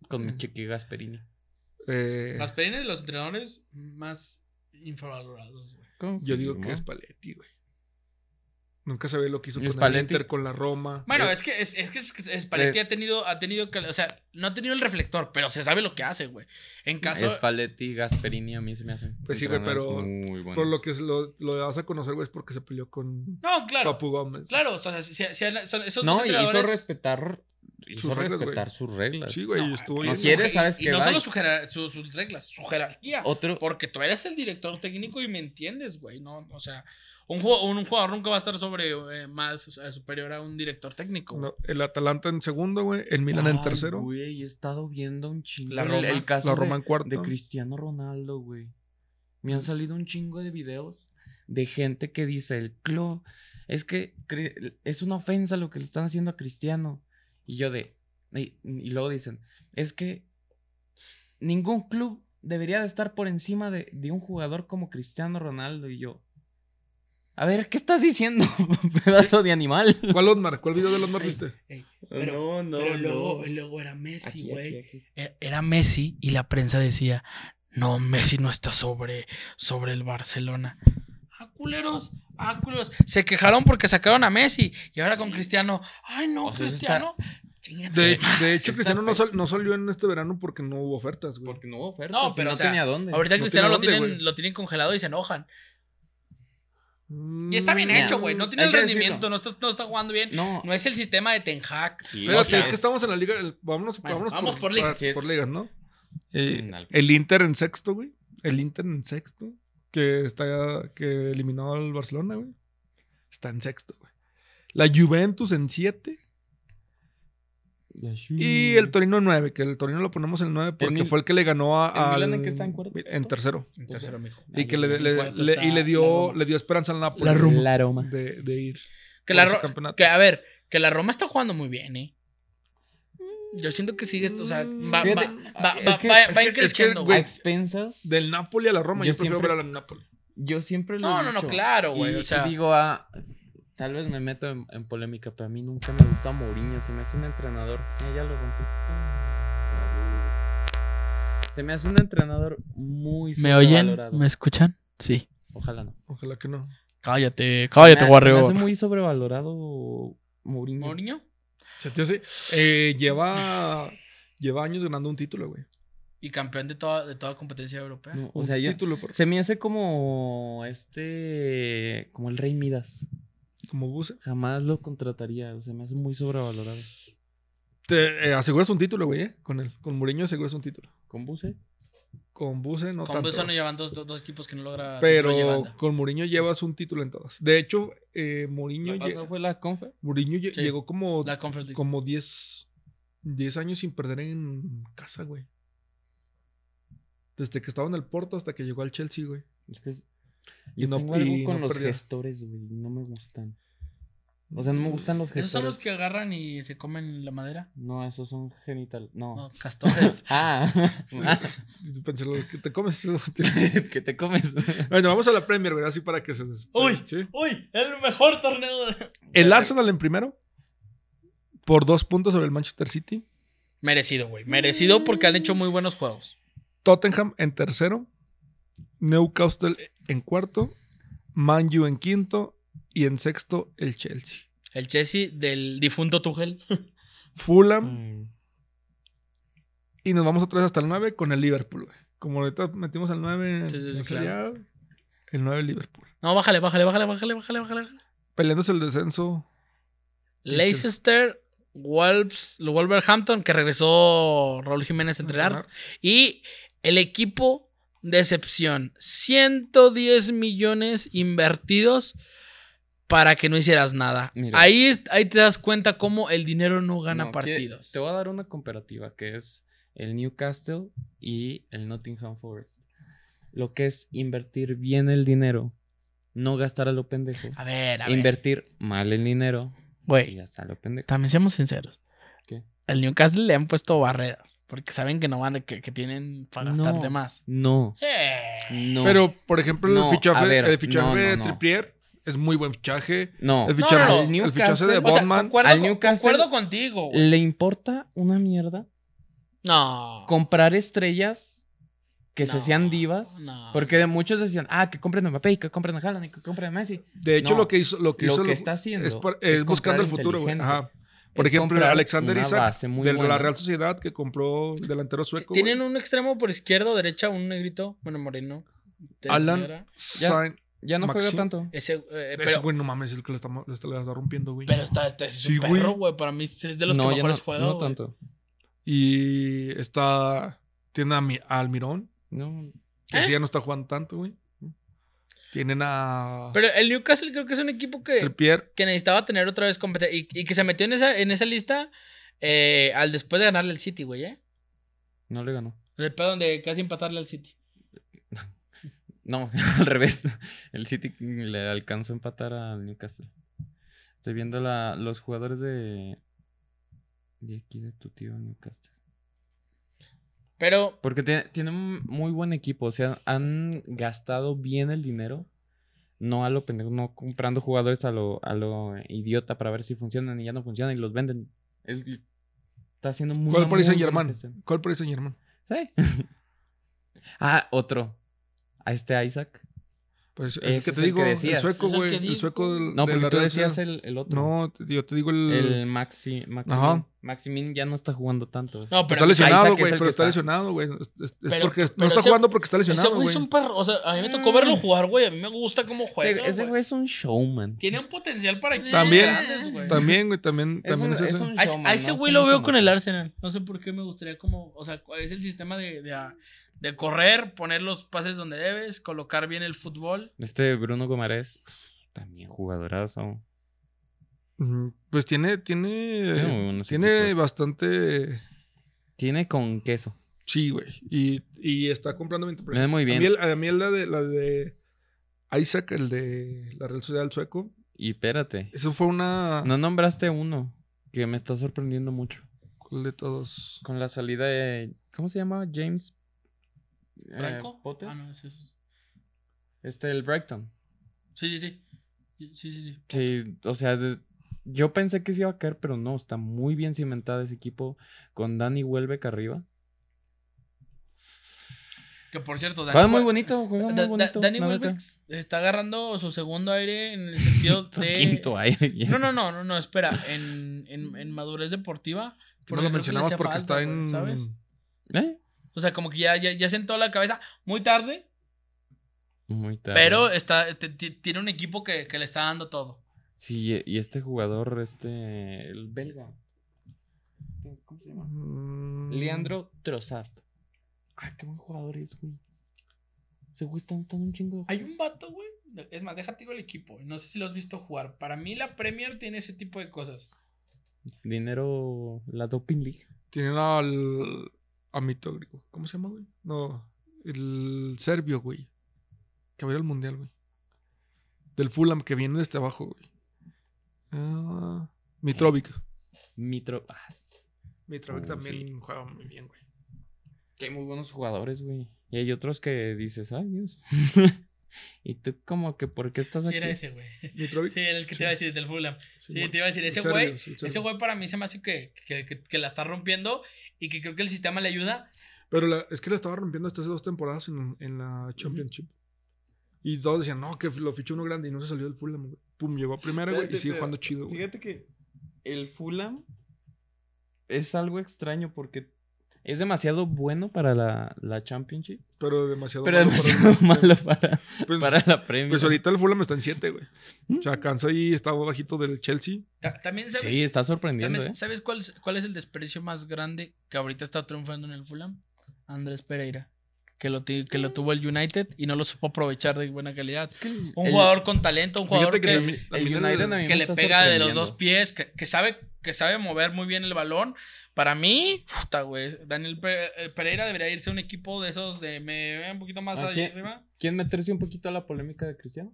Con mi chiqui Gasperini. Eh, Gasperini es de los entrenadores más infravalorados, güey. yo digo que es Paletti, güey. Nunca sabía lo que hizo ¿Y con es el Spalletti? Inter, con la Roma. Bueno, Eh, es que es, es que es- es- Eh. Spalletti ha tenido, ha tenido, cal- o sea, no ha tenido el reflector, pero se sabe lo que hace, güey. En caso, Es Paletti y Gasperini a mí se me hacen. Pues sí, güey, entrenadores pero muy buenos. por lo que es- lo, lo vas a conocer, güey, es porque se peleó con no, claro, Papu Gómez. claro, o sea, si- si- si- son esos No, dos y hizo entrenadores- respetar. Hizo reglas, güey. respetar sus reglas. Sí, güey, No, estuvo y bien. su quiere- jer- sabes Oh. y, que no va- solo su jerar- su- sus reglas, su jerarquía, Otro. porque tú eres el director técnico y me entiendes, güey, no, o sea, un jugador, un jugador nunca va a estar sobre eh, más o sea, superior a un director técnico. güey. No, el Atalanta en segundo, güey. El Milan en Ay, tercero. Güey, he estado viendo un chingo. La el- Roma- el caso la de- Roma en cuarto. de Cristiano Ronaldo, güey. Me han salido un chingo de videos de gente que dice, el club, es que cri- es una ofensa lo que le están haciendo a Cristiano. Y yo de, y, y luego dicen, es que ningún club debería de estar por encima de, de un jugador como Cristiano Ronaldo. Y yo, a ver, ¿qué estás diciendo, pedazo de animal? ¿Cuál Otmar? ¿Cuál video de Otmar Ay, viste? ey, pero- pero luego, luego era Messi, Aquí, güey. aquí, aquí. e- era Messi y la prensa decía, no, Messi no está sobre, sobre el Barcelona. Ah, culeros, ah, culeros. Se quejaron porque sacaron a Messi y ahora con Cristiano, ay no, O sea, eso está- Cristiano. chinguen a su De, madre". de hecho, Está Cristiano no, sal- no salió en este verano porque no hubo ofertas, güey. Porque no hubo oferta. No, si pero, no o sea, tenía dónde. Ahorita el no Cristiano tiene lo dónde, tienen, güey. lo tienen congelado y se enojan. Mm, Y está bien Ya. hecho, güey. No tiene Hay el que rendimiento, decirlo. no está, no está jugando bien. No, No es el sistema de Ten Hag. Sí, Pero o si sea, es que estamos en la liga. el- vámonos Bueno, vámonos vamos por ligas. para- Sí, es- por ligas, ¿no? Eh, Mm, al- el Inter en sexto, güey. El Inter en sexto. Que está que eliminó al Barcelona, güey. Está en sexto, güey. La Juventus en siete. Y el Torino en nueve. Que el Torino lo ponemos en nueve porque Mil- fue el que le ganó a. ¿El Milan en al- qué está? ¿En cuarto? En tercero. tercero, mijo. Y que Ah, le, en le- cuarto le- está y le la dio, Roma. le dio esperanza al Napoli. La de- Roma. La Roma. De, de ir. Que, la por ese Ro- campeonato. que, a ver, que la Roma está jugando muy bien, ¿eh? Yo siento que sigue esto, o sea, va, Fíjate, va- va- es va- que- va- es va a ir que- es que, creciendo, A güey. güey, expensas. Del Napoli a la Roma. Yo, Yo prefiero siempre- ver a la Napoli. Yo siempre lo No, he no, no, dicho. claro, güey. Y- O sea, y digo, ah, tal vez me meto en, en polémica, pero a mí nunca me gusta Mourinho. Se me hace un entrenador. Mira, ya lo rompí. Se me hace un entrenador muy ¿me oyen? sobrevalorado. ¿Me escuchan? Sí. Ojalá no. Ojalá que no. Cállate, cállate, Me- Warrior. Se me hace muy sobrevalorado Mourinho. ¿Mourinho? Se te hace- eh, lleva, lleva años ganando un título, güey. Y campeón de toda, de toda competencia europea. No, o Un sea, yo- título, por- se me hace como este, como el Rey Midas. como Buse. Jamás lo contrataría, se me hace muy sobrevalorado. Te eh, aseguras un título, güey, eh, con él. Con Mourinho aseguras un título. ¿Con Buse? Con Buse no Con tanto. Buesa no llevan dos, dos, dos equipos que no logra. pero no llevan. con Mourinho llevas un título en todas. De hecho, eh, Mourinho, ¿La lle- pasada fue la Confe? Mourinho lle- Sí. llegó como, La Conference League. como 10, 10 años sin perder en casa, güey. Desde que estaba en el Porto hasta que llegó al Chelsea, güey. Es que Y yo no- tengo y algo con no los perdió. gestores, güey, no me gustan. O sea, no me gustan los ¿Esos gestores. son los que agarran y se comen la madera? No, esos son genital, no. No, castores. Ah, Pensé lo que te comes. que te comes. bueno, vamos a la Premier, güey, así para que se... des- Uy. ¿sí? ¡Uy! El mejor torneo. de- El Arsenal en primero. Por dos puntos sobre el Manchester City. Merecido, güey. Merecido porque han hecho muy buenos juegos. Tottenham en tercero, Newcastle en cuarto, Man U en quinto y en sexto el Chelsea. El Chelsea del difunto Tuchel. Fulham Mm. y nos vamos otra vez hasta el 9 con el Liverpool. güey. Como ahorita metimos al 9 Sí, sí, sí, el 9 Liverpool. No, bájale, bájale, bájale, bájale, bájale, bájale. bájale. Peleándose el descenso. Leicester, Wolves, Wolverhampton, que regresó Raúl Jiménez a entrenar. Y el equipo de excepción. 110 millones invertidos para que no hicieras nada. Mira. Ahí, es- ahí te das cuenta cómo el dinero no gana No, que- partidos. Te voy a dar una comparativa que es el Newcastle y el Nottingham Forest. Lo que es invertir bien el dinero, no gastar a lo pendejo. A ver, a ver. Invertir mal el dinero y Güey, gastar a lo pendejo. también seamos sinceros. ¿Qué? Al Newcastle le han puesto barreras porque saben que no van, que, que tienen para gastar No. de más. No, Sí. no. Pero, por ejemplo, No, el a fichaje, ver, el fichaje no, no, de no. Trippier es muy buen fichaje. no. El no, fichaje, no. el Newcastle- fichaje de O sea, Botman. concuerdo, al con- Newcastle- concuerdo contigo. güey. ¿Le importa una mierda No. comprar estrellas que se No, sean divas? no. Porque de muchos decían, ah, que compren a Mbappé y que compren a Haaland y que compren a Messi. de hecho, no. lo que hizo, lo que Lo hizo que lo- está haciendo es, por- es buscando comprar el futuro, güey. inteligente. Ajá. Por Es ejemplo, comprar Alexander una Isak base muy de buena. la Real Sociedad que compró el delantero sueco. güey. Tienen un extremo por izquierda o derecha, un negrito, bueno, moreno. de Alan señora. Sain. Ya no juega Maxi- tanto. Ese, eh, Ese pero, güey, no mames, el que le está, lo está- le está rompiendo, güey. pero está, está- es un Sí, güey. perro, güey. Para mí es de los no, que ya mejores no, juega. no güey. tanto. Y está. Tienen a, Mi- a Almirón, No, que ¿Eh? sí ya no está jugando tanto, güey. Tienen a. Pero eh, el Newcastle creo que es un equipo que, Trippier. que necesitaba tener otra vez competencia. Y, y que se metió en esa, en esa lista eh, al después de ganarle al City, güey, ¿eh? no le ganó. El pedo donde casi empatarle al City. No, al revés. El City le alcanzó a empatar al Newcastle. Estoy viendo la, los jugadores de. De aquí de tu tío Newcastle. Pero Porque tiene, tiene un muy buen equipo. O sea, han gastado bien el dinero. No a lo pendejo, no comprando jugadores a lo, a lo idiota para ver si funcionan y ya no funcionan y los venden. Es- está haciendo muy ¿Cuál Paris muy Saint buena Germain? gestión. ¿Cuál Paris Saint Germain? Sí. ah, otro. A este Isaac. Pues, Ese el que es te el digo, que el decías. sueco, Es el güey. que El, digo. sueco del, No, de porque la tú Real decías Sociedad. el, el otro. No, te- yo te digo el. El Maxi, Maximin. Ajá. Maximin ya no está jugando tanto. No, pero está lesionado, Isaac es güey, el pero que está está. lesionado, güey. Es- es- es Pero- porque no pero está ese- jugando porque está ese lesionado, güey es güey. un perro. O sea, a mí me tocó verlo jugar, güey. A mí me gusta cómo Mm. Ese- pues, juega. ese güey. güey es un showman. Tiene un potencial para equipos También, grandes, güey. También, güey, también, Es también un- es, es ese. un A ese, showman, a ese ¿no? güey Se lo me veo hace con el nota. Arsenal. No sé por qué me gustaría como... O sea, es el sistema de, de- de correr, poner los pases donde debes, colocar bien el fútbol. Este Bruno Gomarés, también jugadorazo. Ujú. Pues tiene, tiene, Tiene muy buenos tiene equipos. bastante, Tiene con queso. sí, güey, y, y está comprando bien. Le da muy A bien. mí, el- a mí el la de, la de Isaac, el de la Real Sociedad del Sueco, Y espérate. eso fue una No nombraste uno que me está sorprendiendo mucho. ¿cuál de todos. Con la salida de. ¿Cómo se llama? James. eh, Franco. Potter. Ah, no, ese es- Este, el Brighton. Sí, sí, sí. Sí, sí, sí. Sí, o sea, de- yo pensé que se iba a caer, pero no, está muy bien cimentado ese equipo con Danny Welbeck arriba. Que Que por cierto, Dani. Juega muy Wa- bonito, juega Da- muy da- bonito. Danny la neta. Welbeck está agarrando su segundo aire en el sentido Su de. Quinto aire. ya. No, no, no, no, no, espera. En, en, en madurez deportiva. No porque creo que lo le mencionamos hacía porque falta, está güey, en. ¿Sabes? ¿Eh? O sea, como que ya, ya, ya sentó la cabeza muy tarde, Muy tarde. pero está, t- t- tiene un equipo que, que le está dando todo. Sí, y- y este jugador, este. El belga. ¿Cómo se llama? Mm, Leandro Trossard. Ah, qué buen jugador es, güey. Se gusta un un chingo. Hay un vato, güey. Es más, déjate digo el equipo. No sé si lo has visto jugar. Para mí la Premier tiene ese tipo de cosas. Dinero. La Doping League. Tienen al. A mito griego. ¿Cómo se llama, güey? No. El serbio, güey. Que va a ir al mundial, güey. Del Fulham, que viene desde abajo, güey. Ah, Mitrovic. Mitro. Ah, sí, sí. Mitrovic Uh, Oh, también sí. juega muy bien, güey. Que hay muy buenos jugadores, güey. Y hay otros que dices, ay, Dios. y tú, como que, ¿por qué estás Sí, aquí? era ese, güey. Mitrovic. Sí, era el que te iba a decir del Fulham. Sí, Simón. te iba a decir, El ese serbio, güey, el serbio. ese güey para mí se me hace que, que- que- que la está rompiendo y que creo que el sistema le ayuda. Pero la- es que la estaba rompiendo hasta hace dos temporadas en, en la Championship. Y todos decían, no, que lo fichó uno grande y no se salió del Fulham, güey. Pum, llegó a primera, güey, y Espérate, sigue pero jugando chido, güey. Fíjate que el Fulham Es algo extraño porque es demasiado bueno para la, la Championship, Pero demasiado pero malo demasiado para- malo para, Pues, para la Premier. pues ahorita el Fulham está en 7, güey. O Mm. sea, alcanzó y está bajito del Chelsea. Ta- también sabes, Sí, está sorprendiendo, también ¿eh? ¿sabes cuál, es- cuál es el desprecio más grande que ahorita está triunfando en el Fulham? Andrés Pereira, que lo, ti- que lo tuvo el United y no lo supo aprovechar de buena calidad. Un El- jugador con talento, un jugador Fíjate que que, también- El también United a mí que me le está pega de los dos sorprendiendo. pies, que, que sabe, que sabe mover muy bien el balón. Para mí, puta, güey, Daniel Pe- eh, Pereira debería irse a un equipo de esos de me, un poquito más ¿A allá quién? arriba. ¿Quieren meterse un poquito a la polémica de Cristiano?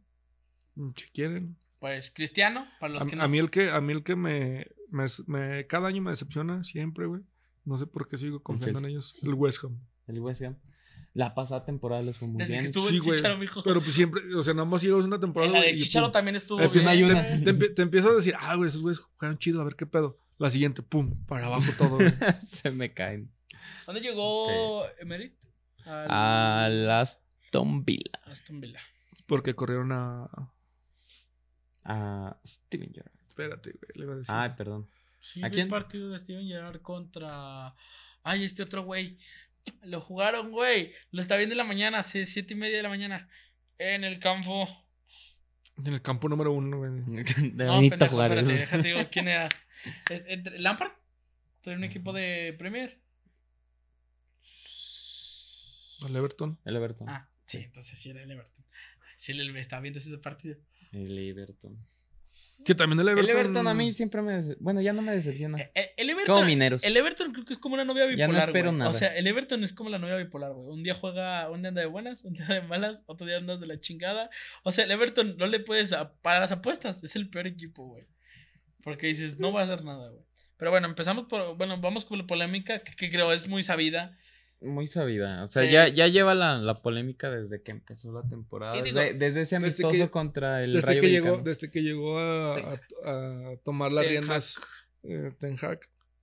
Mm, Si quieren. Pues Cristiano, para los A, que no. a mí el que, a mí el que me, me, me- Cada año me decepciona, siempre, güey. No sé por qué sigo confiando en ellos. El West Ham. El West Ham. La pasada temporada les fue muy Desde que bien. estuvo Sí, el güey. Chicharo, mijo. Pero pues siempre, o sea, nada más llegas una temporada. en la de güey, y Chicharo pum. también estuvo. Te empieza- Hay bien. una- te, te empie- te empiezas a decir, ah, güey, esos güeyes jugaron chido, a ver qué pedo. La siguiente, pum, para abajo todo, güey. Se me caen. ¿Dónde llegó Emery? Al Al Aston Villa. Aston Villa. Porque corrieron a. A Steven Gerrard. Espérate, güey, le iba a decir. Ay, perdón. Sí, ¿A vi quién? el partido de Steven Gerrard contra. Ay, este otro güey. Lo jugaron, güey. Lo está viendo en la mañana, sí, siete y media de la mañana. En el campo. En el campo número uno, güey. Mm. De No, Benito pendejo, Juárez. espérate, déjate digo quién era. Es- entre- ¿Lampard? ¿Trae un Mm. equipo de Premier? Al Everton. El Everton. Ah, sí, entonces sí era el Everton. Sí, le estaba viendo ese partido. El Everton. Que también el El Everton. Everton a mí siempre me... dece- Bueno, ya no me decepciona. Eh, eh, El Como Everton, mineros. el Everton creo que es como una novia Ya no bipolar. espero güey. nada. O sea, el Everton es como la novia bipolar, güey. Un día juega, un día anda de buenas, un día anda de malas, otro día andas de la chingada. O sea, el Everton no le puedes a- para las apuestas, es el peor equipo, güey. Porque dices, no va a hacer nada, güey. Pero bueno, empezamos por, bueno, vamos con la polémica que, que creo es muy sabida. Muy sabida. O sea, Sí. ya, ya lleva la, la polémica desde que empezó la temporada. Y digo, desde, desde ese desde amistoso que- contra el Desde Rayo que, llegó, Vallecano. desde que llegó a, a- a tomar las Ten riendas eh, Ten Hag,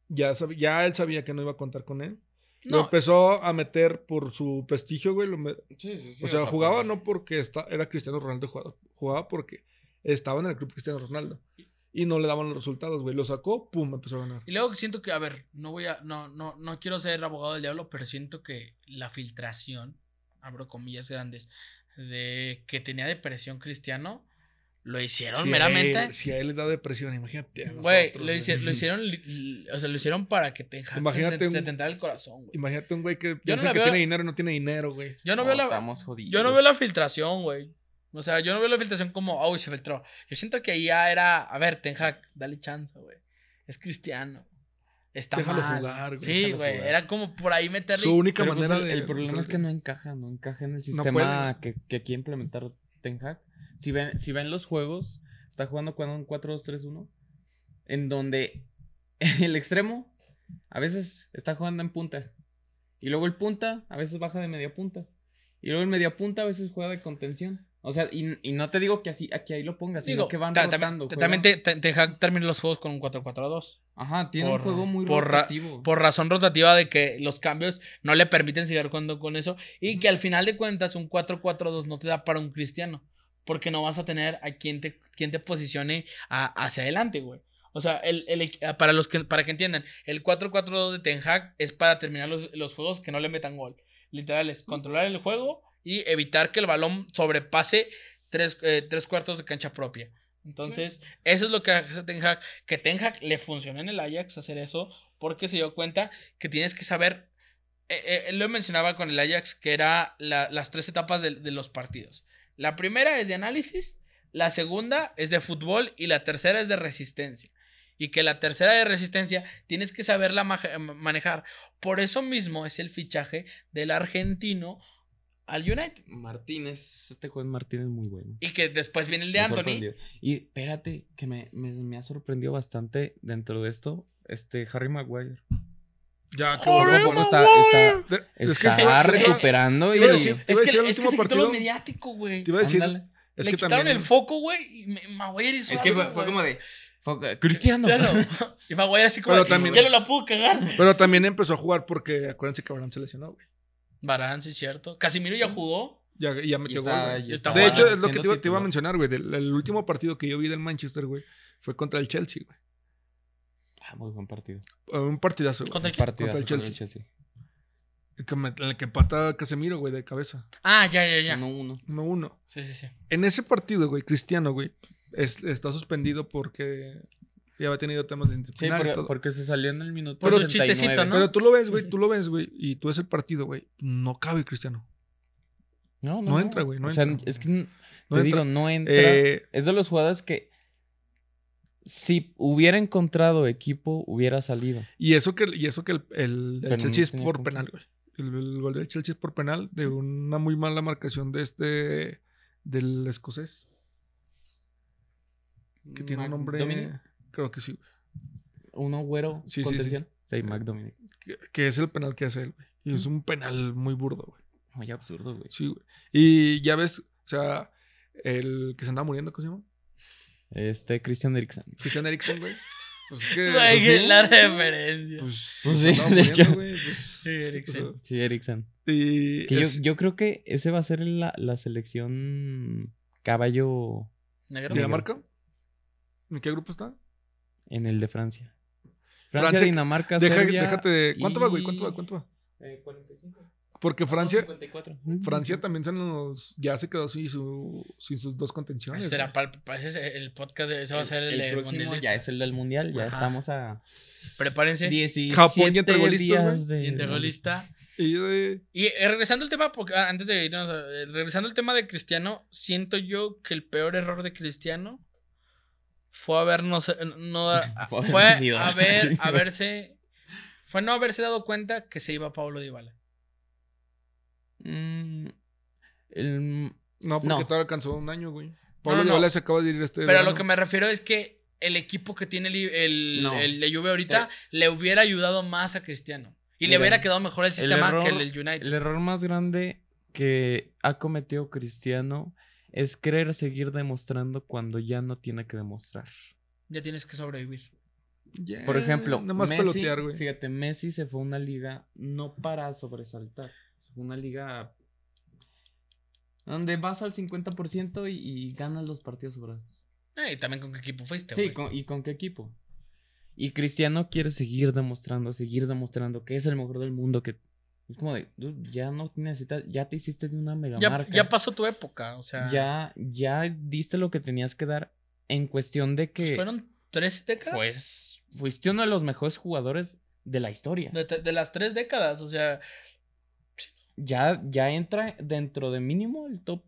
ya, sab- ya él sabía que no iba a contar con él. Lo No, empezó a meter por su prestigio, güey. lo me- Sí, sí, sí, o sea, jugaba por- no porque esta- era Cristiano Ronaldo el jugador, jugaba porque estaba en el club Cristiano Ronaldo. Y no le daban los resultados, güey. Lo sacó, pum, empezó a ganar. Y luego siento que, a ver, no voy a, no, no, no quiero ser abogado del diablo, pero siento que la filtración, abro comillas grandes, de que tenía depresión cristiano, lo hicieron Si a meramente. él- si a él le da depresión, imagínate. a Güey, nosotros, lo, hici- lo hicieron, li- li- o sea, lo hicieron para que te Imagínate Imagínate se, un- tentara el corazón, güey. Imagínate un güey que Yo no piensa la que veo- tiene dinero y no tiene dinero, güey. Yo no, No, veo la, estamos jodidos. yo no veo la filtración, güey. O sea, yo no veo la filtración como, uy, se filtró. Yo siento que ahí ya era, a ver, Ten Hag, dale chance, güey. Es cristiano. Está Déjalo mal. jugar, güey, Sí, déjalo güey. jugar. Era como por ahí meterle. Su única Pero, pues, manera el, de. el problema es que no encaja, no encaja en el No sistema que, que quiere implementar Ten Hag. Si ven, si ven los juegos, está jugando con un 4-2-3-1, en donde el extremo a veces está jugando en punta, y luego el punta a veces baja de media punta, y luego el media punta a veces juega de contención. O sea, y, y no te digo que así, aquí ahí lo pongas, sino Digo, que van ta- rotando. También, juegan- también te, te- Ten Hag termina los juegos con un 4-4-2. Ajá, tiene Por- un juego muy por ra- rotativo. por razón rotativa de que los cambios no le permiten seguir jugando con eso y que al final de cuentas un 4-4-2 no te da para un cristiano porque no vas a tener a quien te, quien te posicione a- hacia adelante, güey. O sea, el, el equ- para, los que, para que entiendan, el 4-4-2 de Ten Hag es para terminar los, los juegos que no le metan gol. Literal, es controlar el juego y evitar que el balón sobrepase tres, eh, tres cuartos de cancha propia. Entonces, eso es lo que hace Ten Hag. Que Ten Hag le funcionó en el Ajax hacer eso porque se dio cuenta que tienes que saber. eh, eh, él lo mencionaba con el Ajax, que era la- las tres etapas de, de los partidos. La primera es de análisis, la segunda es de fútbol y la tercera es de resistencia. Y que la tercera de resistencia tienes que saberla maja- manejar. Por eso mismo es el fichaje del argentino al United. Martínez. Este juego Martínez es muy bueno. Y que después viene el de Me Anthony. sorprendió. Y espérate, que me, me, me ha sorprendido bastante dentro de esto, este Harry Maguire. Ya, qué Joder, bueno. Poco a poco está, está, De- está Es que te iba, te iba- recuperando te y iba a decir, Es te iba a que, decir el es que último se quitó lo partido. mediático, güey. Te iba a decir, ándale. es Le que quitaron también. el foco, güey. Y me- Maguire hizo Es que fue, algo, fue güey. como de. Foca- Cristiano. Claro. Y Maguire así como. Pero de, también- Ya no la pudo cagar. Pero también empezó a jugar porque acuérdense que Abraham se lesionó, güey. Barán, sí, cierto. Casimiro ya jugó. Ya, ya metió Y gol. está- güey. y está De hecho, jugando, es lo que te iba, te iba siendo a titular. mencionar, güey. del- El último partido que yo vi del Manchester, güey, fue contra el Chelsea, güey. Ah, muy buen partido. Eh, Un partidazo, güey. Contra el- Partidazo Contra el contra el Chelsea. Chelsea. El que, me- el que pata Casemiro, güey, de cabeza. Ah, ya, ya, ya. 1-1. 1-1. Sí, sí, sí. En ese partido, güey, Cristiano, güey, es- está suspendido porque ya había tenido temas de Sí, disciplinar por- y todo. porque se salió en el minuto. Por su 89. chistecito, ¿no? Pero tú lo ves, güey, tú lo ves, güey, y tú ves el partido, güey. No cabe Cristiano. No, No entra, güey, no o sea, entra. es que n- No te entra. digo, no entra. Eh, Es de los jugadores que si hubiera encontrado equipo, hubiera salido. y eso que, y eso que el, el del Pero no Chelsea es tenía por con penal, güey. El, el gol del Chelsea es por penal de una muy mala marcación de este, del escocés, que tiene un nombre... McDominic, Creo que sí, güey. Uno güero. Sí, sí, sí. contención. Sí, McDominic. Que, que es el penal que hace él, güey. Y es un penal muy burdo, güey. Muy absurdo, güey. Sí, güey. Y ya ves, o sea, el que se andaba muriendo, ¿cómo se llama? Este, Christian Eriksen. Cristian Eriksen, güey. Pues es que. Güey, pues, que sí, la referencia. Pues Pues sí, sí, se andaba de muriendo, hecho. güey, pues, Sí, Eriksen. o sea, Sí, Eriksen. y Que yo, es- yo creo que ese va a ser la, la selección caballo Negro. ¿Dinamarca? ¿En qué grupo está? en el de Francia. Francia, Francia- Dinamarca, Deja- Serbia. déjate. de- ¿Cuánto va, güey? y- ¿Cuánto va? ¿Cuánto va? Eh, 45. Porque Francia. 54. Francia también se nos, ya se quedó sin, su, sin sus dos Ese contenciones. será güey. para el- para- ese es el podcast, de- ese va a ser el, de próximo mundialista. ya es el del mundial, ya Ajá. estamos a Prepárense. 17 Japón ya entregó listos, días de Y entregó lista. Y de- Y eh, regresando al tema, porque, ah, antes de irnos, eh, regresando al tema de Cristiano, siento yo que el peor error de Cristiano fue habernos, eh, no, a- Fue haber fue nacido. haber, haberse, fue no haberse dado cuenta que se iba Pablo Dybala. Mm, el- No, porque No. todavía alcanzó un año, güey. Pablo no, no. Dybala se acaba de ir este. Pero a lo verano. que me refiero es que el equipo que tiene el, el, No. el de Juve ahorita le hubiera ayudado más a Cristiano. Y le Mira, hubiera quedado mejor el sistema error- que el del United. el error más grande que ha cometido Cristiano es querer seguir demostrando cuando ya no tiene que demostrar. Ya tienes que sobrevivir. Yeah, Por ejemplo, Eh, Nada más Messi, pelotear, güey. Fíjate, Messi se fue a una liga no para sobresaltar. se fue a una liga donde vas al 50% y, y ganas los partidos sobrados. Eh, y también con qué equipo fuiste, Sí, güey. con- ¿y con qué equipo? Y Cristiano quiere seguir demostrando, seguir demostrando que es el mejor del mundo, que es como de, "Dude, ya no necesitas, ya te hiciste de una mega Ya, marca. ya pasó tu época, o sea. ya, ya diste lo que tenías que dar en cuestión de que ¿Pues Fueron tres décadas. pues, fuiste uno de los mejores jugadores de la historia. De, de las tres décadas, o sea, Ya, ya entra dentro de mínimo el top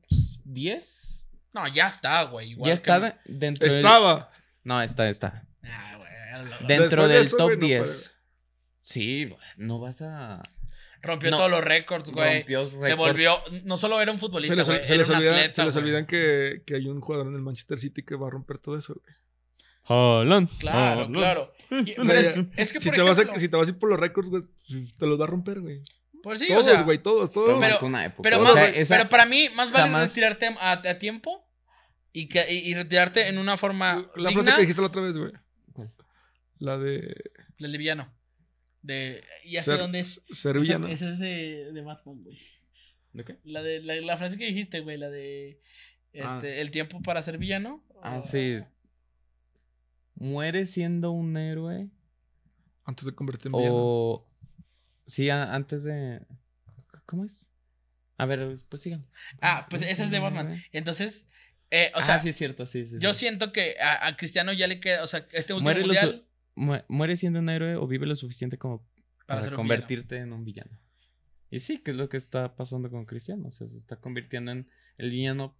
10. no, ya está, güey. igual ya que- está de- dentro del- Estaba. No, está, está. Ah, güey, ya lo logró. Después Dentro de del eso, top güey, no 10. puede. sí, güey, no vas a... Rompió No. todos los récords, Pues, güey. Rompió Se récords. volvió, no solo era un Se futbolista, les, güey, se era les un olvida- atleta. se les güey. olvidan que, que hay un jugador en el Manchester City que va a romper todo eso, güey. Haaland. Claro, Haaland. claro. Y- Ah, O pero sea, es, que- es que, Si por te, vas a, ejemplo, si te vas a ir por los récords, güey, te los va a romper, güey. pues sí, o sea, todos, güey, todos, todos. pero- marcó una época. Pero, O más- sea, güey, esa- pero para mí, más vale jamás- retirarte a, a tiempo y, que, y, y retirarte en una forma la digna frase que dijiste la otra vez, güey. ¿Cuál? La de El liviano. De, ya sé Ser- dónde es. Serbia, ¿no? Esa esa es de, de Batman, güey. ¿De qué? La, de, la, la frase que dijiste, güey, la de Ah. este, el tiempo para ser villano. Ah, sí. Muere siendo un héroe. Antes de convertirse en villano. O. Sí, a- antes de. ¿Cómo es? A ver, pues sigan. Ah, pues esa es de Batman. Entonces, eh, o O sea, sea, Ah, sí es cierto, sí, sí. yo sí. siento que a, a Cristiano ya le queda, o sea, este último Muere lo mundial Mu- Muere siendo un héroe o vive lo suficiente como para, ser un convertirte en un villano. Y sí, que es lo que está pasando con Cristiano. O sea, se está convirtiendo en el villano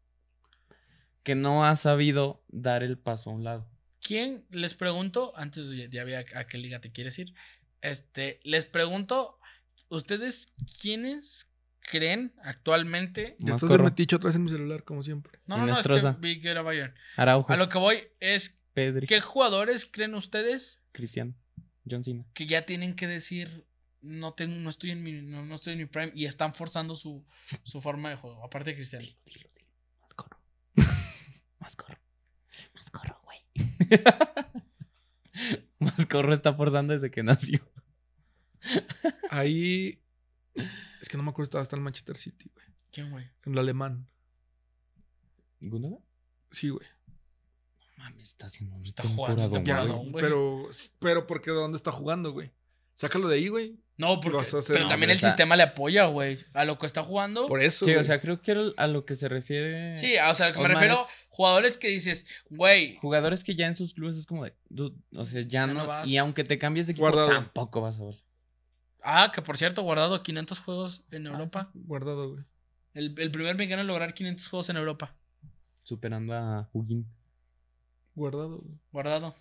que no ha sabido dar el paso a un lado. ¿Quién les pregunto? Antes de- ya había a qué liga te quieres ir. Este, les pregunto, ¿ustedes quiénes creen actualmente? Ya Más estás de corro. meticho atrás en mi celular, como siempre. No, no, no, es que Inestrosa. vi que era Bayern. Araujo, A lo que voy es, Pedri, ¿qué jugadores creen ustedes Cristiano, John Cena. que ya tienen que decir no tengo, no estoy en mi, no, no estoy en mi prime y están forzando su, su forma de juego, aparte de Cristiano? Dilo, dilo, dilo. Más corro. Más corro. Más corro, güey. Más corro está forzando desde que nació. Ahí. Es que no me acuerdo, estaba hasta el Manchester City, güey. ¿Quién, güey? En el alemán. ¿Gundogan? Sí, güey. Mames, está haciendo un Está jugando temporadón, Ya, Temporadón, güey. güey. pero, pero porque de dónde está jugando, güey. Sácalo de ahí, güey. No, porque Vas a hacer- pero No, también pero el está- sistema le apoya, güey. A lo que está jugando. Por eso. Sí, o güey. sea, creo que era a lo que se refiere. Sí, o sea, a lo que me Osman refiero, es- jugadores que dices, güey, Jugadores que ya en sus clubes es como de. "Dude, o sea, ya, Ya no. no vas. Y aunque te cambies de equipo, Guardado. tampoco vas a ver. ah, que por cierto, guardado 500 juegos en Europa. Ah, Guardado, güey. El, el primer mexicano en lograr 500 juegos en Europa. Superando a Huguín. Guardado, güey. Guardado.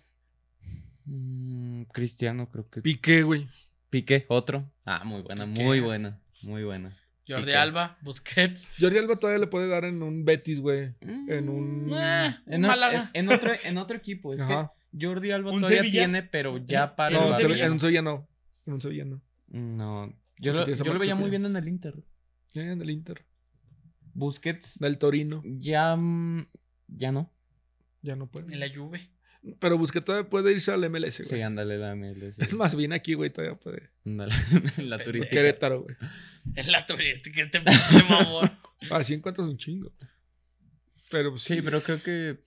Mm, Cristiano, creo que. Piqué, güey. Piqué, otro. Ah, muy buena, Piqué. muy buena. Muy buena. Jordi Piqué. Alba, Busquets. Jordi Alba todavía le puede dar en un Betis, güey. Mm, En un- Eh, En, o- Málaga. en- en otro, en otro equipo. Es Ajá. que Jordi Alba ¿Un todavía Sevilla? tiene, pero ya para. No, el en Sevilla. Sevilla- en Barcelona. un Sevilla no. En un Sevilla no. No, yo Porque lo, tiene esa yo lo marca veía muy superior. bien en el Inter. Eh, En el Inter. Busquets, Del Torino. ya. mm, Ya no. Ya no puede. En la Juve. Pero busqué todavía puede irse al MLS, güey. Sí, ándale la MLS. Es más, bien aquí, güey, todavía puede. Ándale, la Pe- turística. Querétaro, güey. En la turística, este pinche mamón. Así Ah, encuentras un chingo. Pero pues, sí. Sí, pero creo que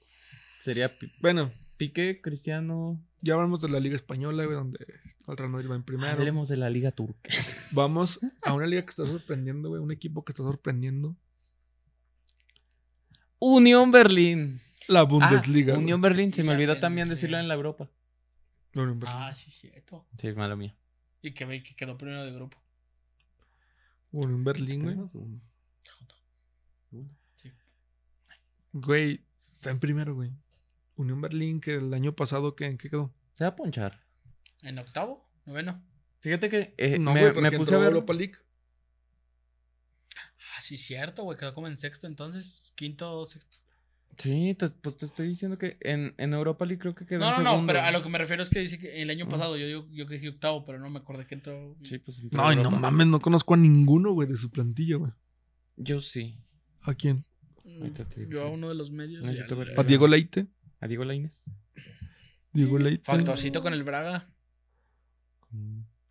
sería Pi- Bueno, Piqué, Cristiano. ya hablamos de la Liga Española, güey, donde el Real Madrid va en primero. Hablemos de la Liga Turca. Vamos a una liga que está sorprendiendo, güey. Un equipo que está sorprendiendo. Unión Berlín. La Ah, Bundesliga. güey. Unión Berlín, se me La olvidó Berlín, también sí. decirlo en la Europa. La Unión Berlín. ah, sí, cierto. Sí, malo mío. Y que, ve que quedó primero de grupo. Unión Berlín, güey. Sí. Güey, está en primero, güey. Unión Berlín, que el año pasado, ¿qué, en qué quedó? Se va a ponchar. En octavo, noveno. Fíjate que eh, no, me, güey, porque me puse a entró ver. Europa League. Ah, sí, cierto, güey. Quedó como en sexto entonces. Quinto, sexto. Sí, te, pues te estoy diciendo que en, en Europa League creo que quedó. No, en no, no, segundo. pero a lo que me refiero es que dice que el año Ah. pasado yo, yo, yo que dije octavo, pero no me acordé que entró. Sí, pues entró No, y no Europa. mames, no conozco a ninguno, güey, de su plantilla, güey. Yo sí. ¿A quién? Mm, Ahorita te digo Yo a quién. uno de los medios. y Necesito al- ver. ¿A Diego Leite? ¿A Diego Lainez? Diego Leite. Factorcito con el Braga.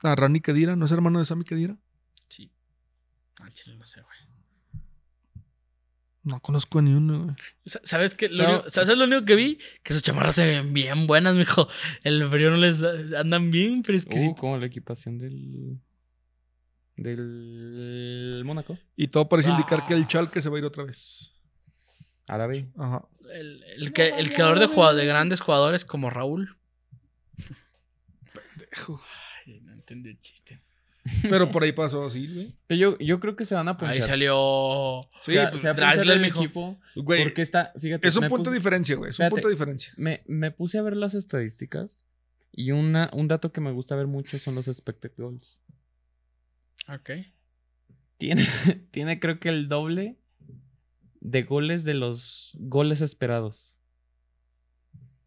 ¿A Rani Kedira? ¿No es hermano de Sami Kedira? Sí. Al chile no sé, güey. No conozco a ni uno, güey. Sa- ¿Sabes qué? Lo No. único- ¿Sabes lo único que vi? Que sus chamarras se ven bien buenas, mijo. El frío no les da- andan bien Uh, fresquecitos. como la equipación del. Del Mónaco. Y todo parece indicar que el Ah. Chalke se va a ir otra vez. Árabe. Ajá. El, el que, el creador de, jugado- de grandes jugadores como Raúl. Dejo. Ay, no entendí el chiste. Pero por ahí pasó así, güey. Yo, yo creo que se van a ponchar. Ahí salió. Sí, Se va- pues, se va a Draxler, ponchar el mijo. equipo. güey. Porque está, fíjate. Es un me punto de puse- diferencia, güey. Es un Espérate. punto de diferencia. me, me puse a ver las estadísticas y una, un dato que me gusta ver mucho son los expected goals. Ok. Tiene, tiene creo que el doble de goles de los goles esperados.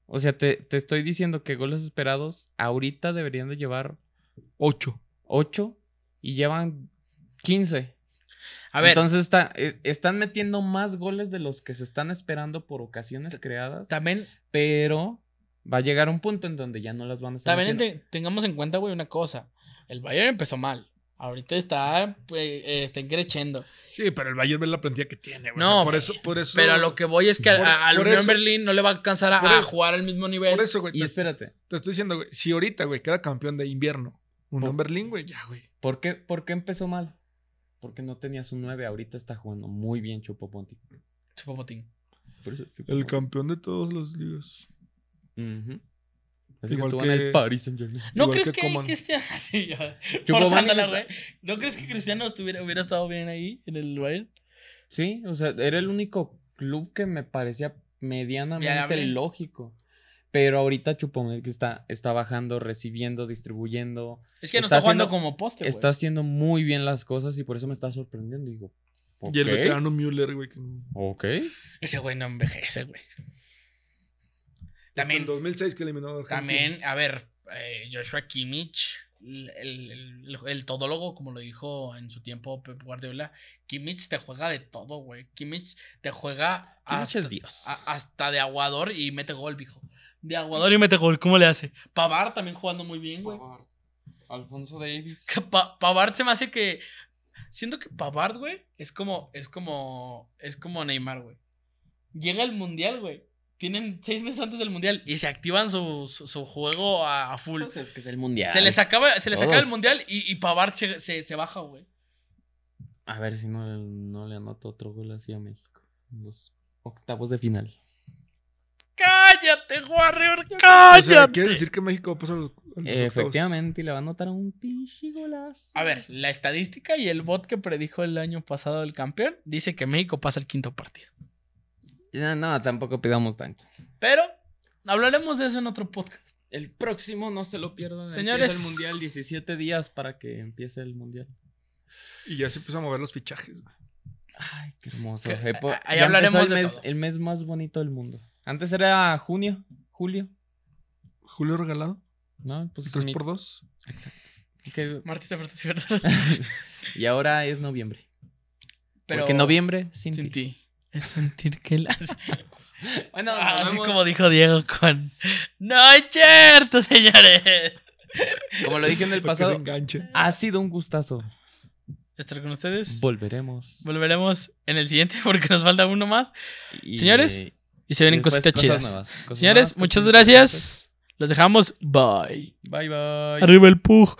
O sea, te, te estoy diciendo que goles esperados ahorita deberían de llevar Ocho. 8 y llevan 15. A ver, Entonces está, eh, están metiendo más goles de los que se están esperando por ocasiones creadas. también pero Va a llegar un punto en donde ya no las van a estar. También metiendo. te- tengamos en cuenta, güey, una cosa. El Bayern empezó mal. Ahorita está, pues, eh, está creciendo. Sí, pero el Bayern ve la plantilla que tiene, güey. No, No, por güey. eso, por eso. Pero a lo que voy es que a- Por- a- al por Unión eso- Berlín no le va a alcanzar a, por a eso- jugar al mismo nivel. Por eso, güey. Y este Te, espérate, te estoy diciendo, güey. Si ahorita, güey, queda campeón de invierno. Unión Berlín, güey, ya, güey. ¿por qué, ¿por qué empezó mal? Porque no tenías un 9, ahorita está jugando muy bien Chupoponti. Chupomotín. Por eso, Chupo El Moting. campeón de todas las ligas. Ujú. Así que Igual estuvo en que- el Paris Saint Germain. ¿No Igual crees que que, Coman. Cristiano... Sí, yo- Chupo forzándola, Moting güey. ¿No crees que Cristiano estuviera, hubiera estado bien ahí en el Bayern? Sí, o sea, era el único club que me parecía medianamente Viable. lógico. Pero ahorita Chupomel que está, está bajando, recibiendo, distribuyendo, Es que no Está está, jugando haciendo- como poste, güey. está haciendo muy bien las cosas y por eso me está sorprendiendo. Digo, ok, Y el veterano Müller, güey. Que... ok. Ese güey no envejece, güey. En También, 2006 que eliminó a Argentina. también, a ver, eh, Joshua Kimmich, el, el- el- el todólogo, como lo dijo en su tiempo Pep Guardiola, Kimmich te juega de todo, güey. Kimmich te juega Kimmich hasta, es Dios. a- hasta de aguador y mete gol, viejo. De aguador y mete gol, ¿cómo le hace? Pavar también jugando muy bien, güey. Alfonso Davis. Que Pa- Pavard se me hace que. Siento que Pavard, güey, es como. Es como. Es como Neymar, güey. Llega el mundial, güey. Tienen seis meses antes del mundial y se activan su, su, su juego a, a full. es que es el mundial. Se les acaba, se les acaba el Todos. mundial y, y Pavard se, se, se baja, güey. A ver si no, no le anoto otro gol así a México. En Los octavos de final. ¡Cállate, Warrior! O sea, ¡Cállate! quiere decir que México va a pasar a los, a los octavos. Efectivamente, y le va a anotar un pinche golazo. A ver, la estadística y el bot que predijo el año pasado el campeón dice que México pasa el quinto partido. No, no, tampoco pidamos tanto. Pero hablaremos de eso en otro podcast. El próximo no se lo pierdan. Empieza Señores. el mundial 17 días para que empiece el mundial. Y ya se empiezan a mover los fichajes, güey. Ay, qué hermoso. Que- Eh, po- ahí ya empezó hablaremos el de mes, todo. el mes más bonito del mundo. Antes era junio, julio. Julio regalado, No, pues ni- 3x2. que- Martes de frutas y verduras. y ahora es noviembre. Pero... Porque noviembre sin, Sin ti. ti. Es sentir que las. Bueno, nos Así vemos. como dijo Diego con. ¡No es cierto, señores! como lo dije en el Para que se pasado, enganche. ha sido un gustazo. Estar con ustedes. Volveremos. Volveremos en el siguiente porque nos falta uno más. Y- Señores, Y se vienen después cositas cosas chidas. nuevas, cosas Señores, nuevas, muchas cosas gracias. Los dejamos. Bye. interesantes. Bye bye. Arriba el pug.